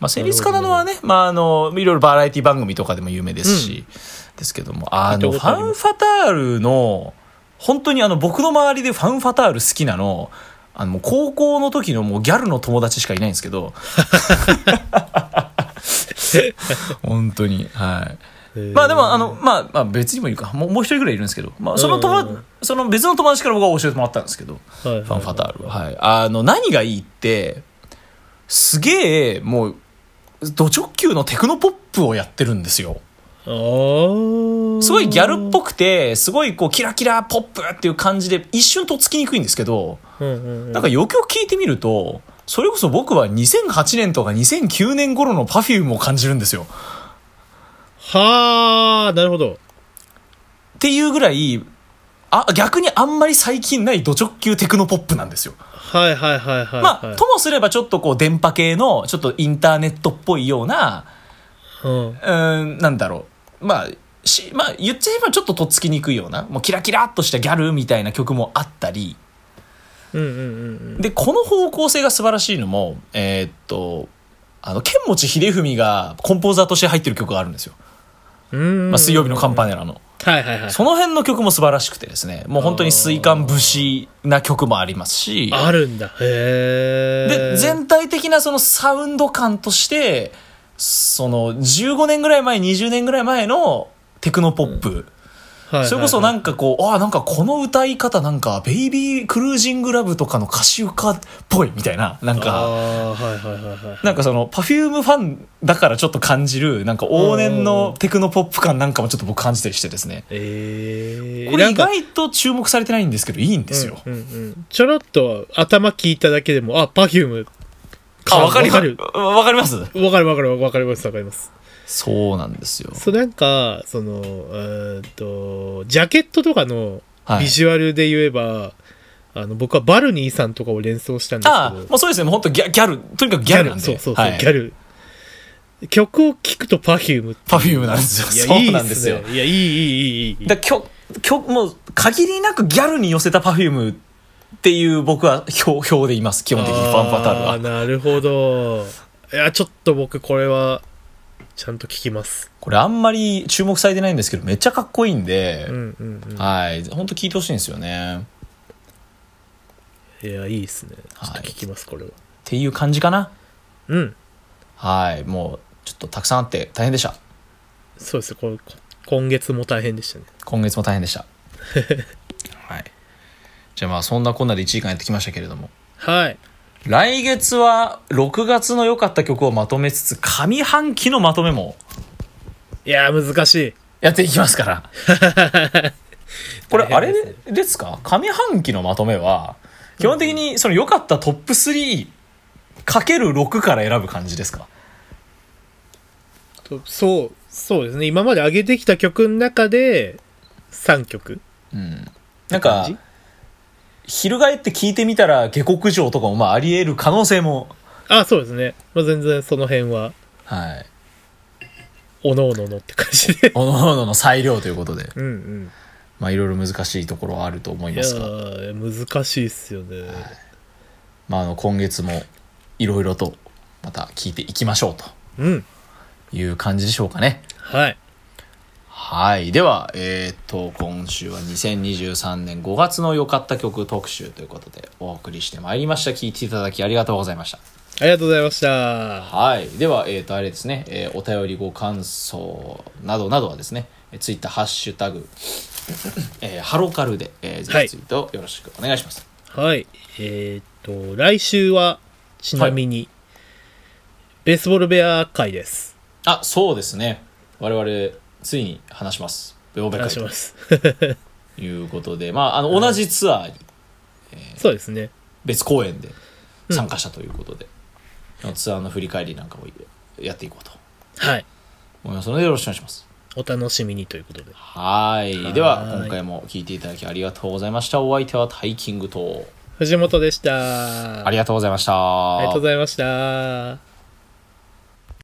Speaker 1: まあ、成立かなのはね、まあ、あの、いろいろバラエティ番組とかでも有名ですし、ですけども、あ
Speaker 2: 聞
Speaker 1: の、
Speaker 2: い
Speaker 1: フ
Speaker 2: たことあり
Speaker 1: ァン
Speaker 2: ます
Speaker 1: ファタールの、本当にあの、僕の周りでファンファタール好きなの、あの、もう高校の時のもうギャルの友達しかいないんですけ ど、本当に、はい。
Speaker 2: えー
Speaker 1: まあでも、あの、まあ、まあ別にもいるか、もうもう一人ぐらいいるんですけど、まあその友
Speaker 2: うんうんう
Speaker 1: 達、その別の友達から僕は教えてもらったんですけど、
Speaker 2: はいはいはい
Speaker 1: ファンファタールは。はい。あの、何がいいって、すげえ、もう、ド直球のテクノポップをやってるんですよ。
Speaker 2: ああ。
Speaker 1: すごいギャルっぽくて、すごいこう、キラキラポップっていう感じで、一瞬とっつきにくいんですけど、
Speaker 2: うんうんうん。
Speaker 1: なんかよくよく聞いてみると、それこそ僕は2008年とか2009年頃の Perfume を感じるんですよ。
Speaker 2: はあ、なるほど。
Speaker 1: っていうぐらい、あ、逆にあんまり最近ないド直球テクノポップなんですよ。
Speaker 2: はいはいはいはい、
Speaker 1: ま
Speaker 2: は
Speaker 1: あ、
Speaker 2: い。
Speaker 1: ともすればちょっとこう、電波系の、ちょっとインターネットっぽいような、
Speaker 2: うん
Speaker 1: うーん、なんだろう。まあ、し、まあ、言っちゃえばちょっととっつきにくいような、もうキラキラっとしたギャルみたいな曲もあったり、
Speaker 2: うんうんうん
Speaker 1: で、この方向性が素晴らしいのも、えーっと、あの、剣持秀文がコンポーザーとして入ってる曲があるんですよ。
Speaker 2: うん。
Speaker 1: まあ、水曜日のカン
Speaker 2: ネ。
Speaker 1: パネラの。
Speaker 2: はいはいはい。
Speaker 1: その辺の曲も素晴らしくてですね、もう本当に水管節な曲もありますし、
Speaker 2: あるんだ。へえ。
Speaker 1: で、全体的なそのサウンド感として、その15年ぐらい前、20年ぐらい前のテクノポップ、
Speaker 2: はいはいはい
Speaker 1: それこそなんかこう、ああ、なんかこの歌い方なんか、ベイビークルージングラブとかの歌詞歌っぽいみたいな、なんか、
Speaker 2: ああー、はいはいはいはい。
Speaker 1: なんかその、パフュームファンだからちょっと感じる、なんか往年のテクノポップ感なんかもちょっと僕感じたりしてですね。
Speaker 2: ええ。
Speaker 1: これ
Speaker 2: なん
Speaker 1: 意
Speaker 2: か
Speaker 1: 外と注目されてないんですけど、いいんですよ。
Speaker 2: うんうん。ちょろっと頭聞いただけでも、あ、パフューム。
Speaker 1: あ、わかりま
Speaker 2: わか
Speaker 1: す
Speaker 2: る。。
Speaker 1: わかります
Speaker 2: わかるわかるわかりますわかります。
Speaker 1: そうなんですよ。
Speaker 2: そうなんか、その、えーっと、ジャケットとかの
Speaker 1: はい
Speaker 2: ビジュアルで言えば、あの、僕はバルニーさんとかを連想したんですけど。
Speaker 1: ああ、もうそうですね。もう本当ギャギャル。とにかくギャルなんで。
Speaker 2: そうそうそう、
Speaker 1: はい
Speaker 2: ギャル曲を聴くと Perfume
Speaker 3: パフュームなんですよ。
Speaker 2: いや
Speaker 1: そう
Speaker 2: いいっ
Speaker 1: なんですよ
Speaker 2: ねいやいいいいいいいい
Speaker 1: だ曲曲もう限りなくギャルに寄せたパフュームっていう僕は表表でいます基本的にファンファタール
Speaker 2: あ
Speaker 1: は
Speaker 2: なるほどいやちょっと僕これはちゃんと聞きます
Speaker 1: これあんまり注目されてないんですけどめっちゃかっこいいんで、
Speaker 2: うんうんうん
Speaker 1: はい本当聞いてほしいんですよねっ
Speaker 2: いやいいですね
Speaker 1: は
Speaker 2: ち
Speaker 1: い
Speaker 2: ょっと聞きますこれは
Speaker 1: ていう感じかな
Speaker 2: うん
Speaker 1: はいもうちょっとたくさんあって大変でした
Speaker 2: そうですねここ今月も大変でしたね
Speaker 1: 今月も大変で したはいじゃあまあそんなこんなで1時間やってきましたけれども
Speaker 2: はい
Speaker 1: 来月は6月の良かった曲をまとめつつ上半期のまとめも
Speaker 2: いや難しい
Speaker 1: やっていきますからこれあ
Speaker 2: 大変です
Speaker 1: れですか上半期のまとめは基本的にその良かったトップ3かける6から選ぶ感じですか
Speaker 2: とそうそうですね今まで上げてきた曲の中で3曲
Speaker 1: うんなんか翻って聞いてみたら下克上とかもまあありえる可能性も
Speaker 2: あそうですね、まあ、全然その辺は
Speaker 1: はい
Speaker 2: おのおののって感 じで
Speaker 1: おのおのの裁量ということで
Speaker 2: うんうん
Speaker 1: まあいろいろ難しいところはあると思い
Speaker 2: い
Speaker 1: ま
Speaker 2: や
Speaker 1: すが、
Speaker 2: ー難しいっすよね
Speaker 1: まあ、あの今月もいろいろとまた聞いていきましょう
Speaker 2: うん
Speaker 1: という感じでしょうかね
Speaker 2: はい
Speaker 1: はい。では、えーっと、今週は2023年5月の良かった曲特集ということでお送りしてまいりました。聞いていただきありがとうございました。
Speaker 2: ありがとうございました
Speaker 1: はい。では、えーっと、あれですね、えーお便りご感想などなどはですね、ツイッター、Twitter ハッシュタグ、 えーハロカルで、えーぜ
Speaker 2: は
Speaker 1: ひ
Speaker 2: い
Speaker 1: ツイートよろしくお願いします。
Speaker 2: はいえーっと来週はちなみに、ベースボールベア会です
Speaker 1: あ、そうですね。我々、ついに話します。ベオベ会
Speaker 2: 話し
Speaker 1: と
Speaker 2: ます
Speaker 1: いうことで、まあ、あの、同じツアーに
Speaker 2: そうですね
Speaker 1: 別公演で参加したということで、ツアーの振り返りなんかをやっていこうと
Speaker 2: はい
Speaker 1: 思いますのでよろしくお願いします
Speaker 2: お楽しみにということで
Speaker 1: はい
Speaker 2: はい
Speaker 1: では今回も聞いていただきありがとうございましたお相手はタイキングと
Speaker 2: 藤本でした
Speaker 1: ありがとうございました
Speaker 2: ありがとうございました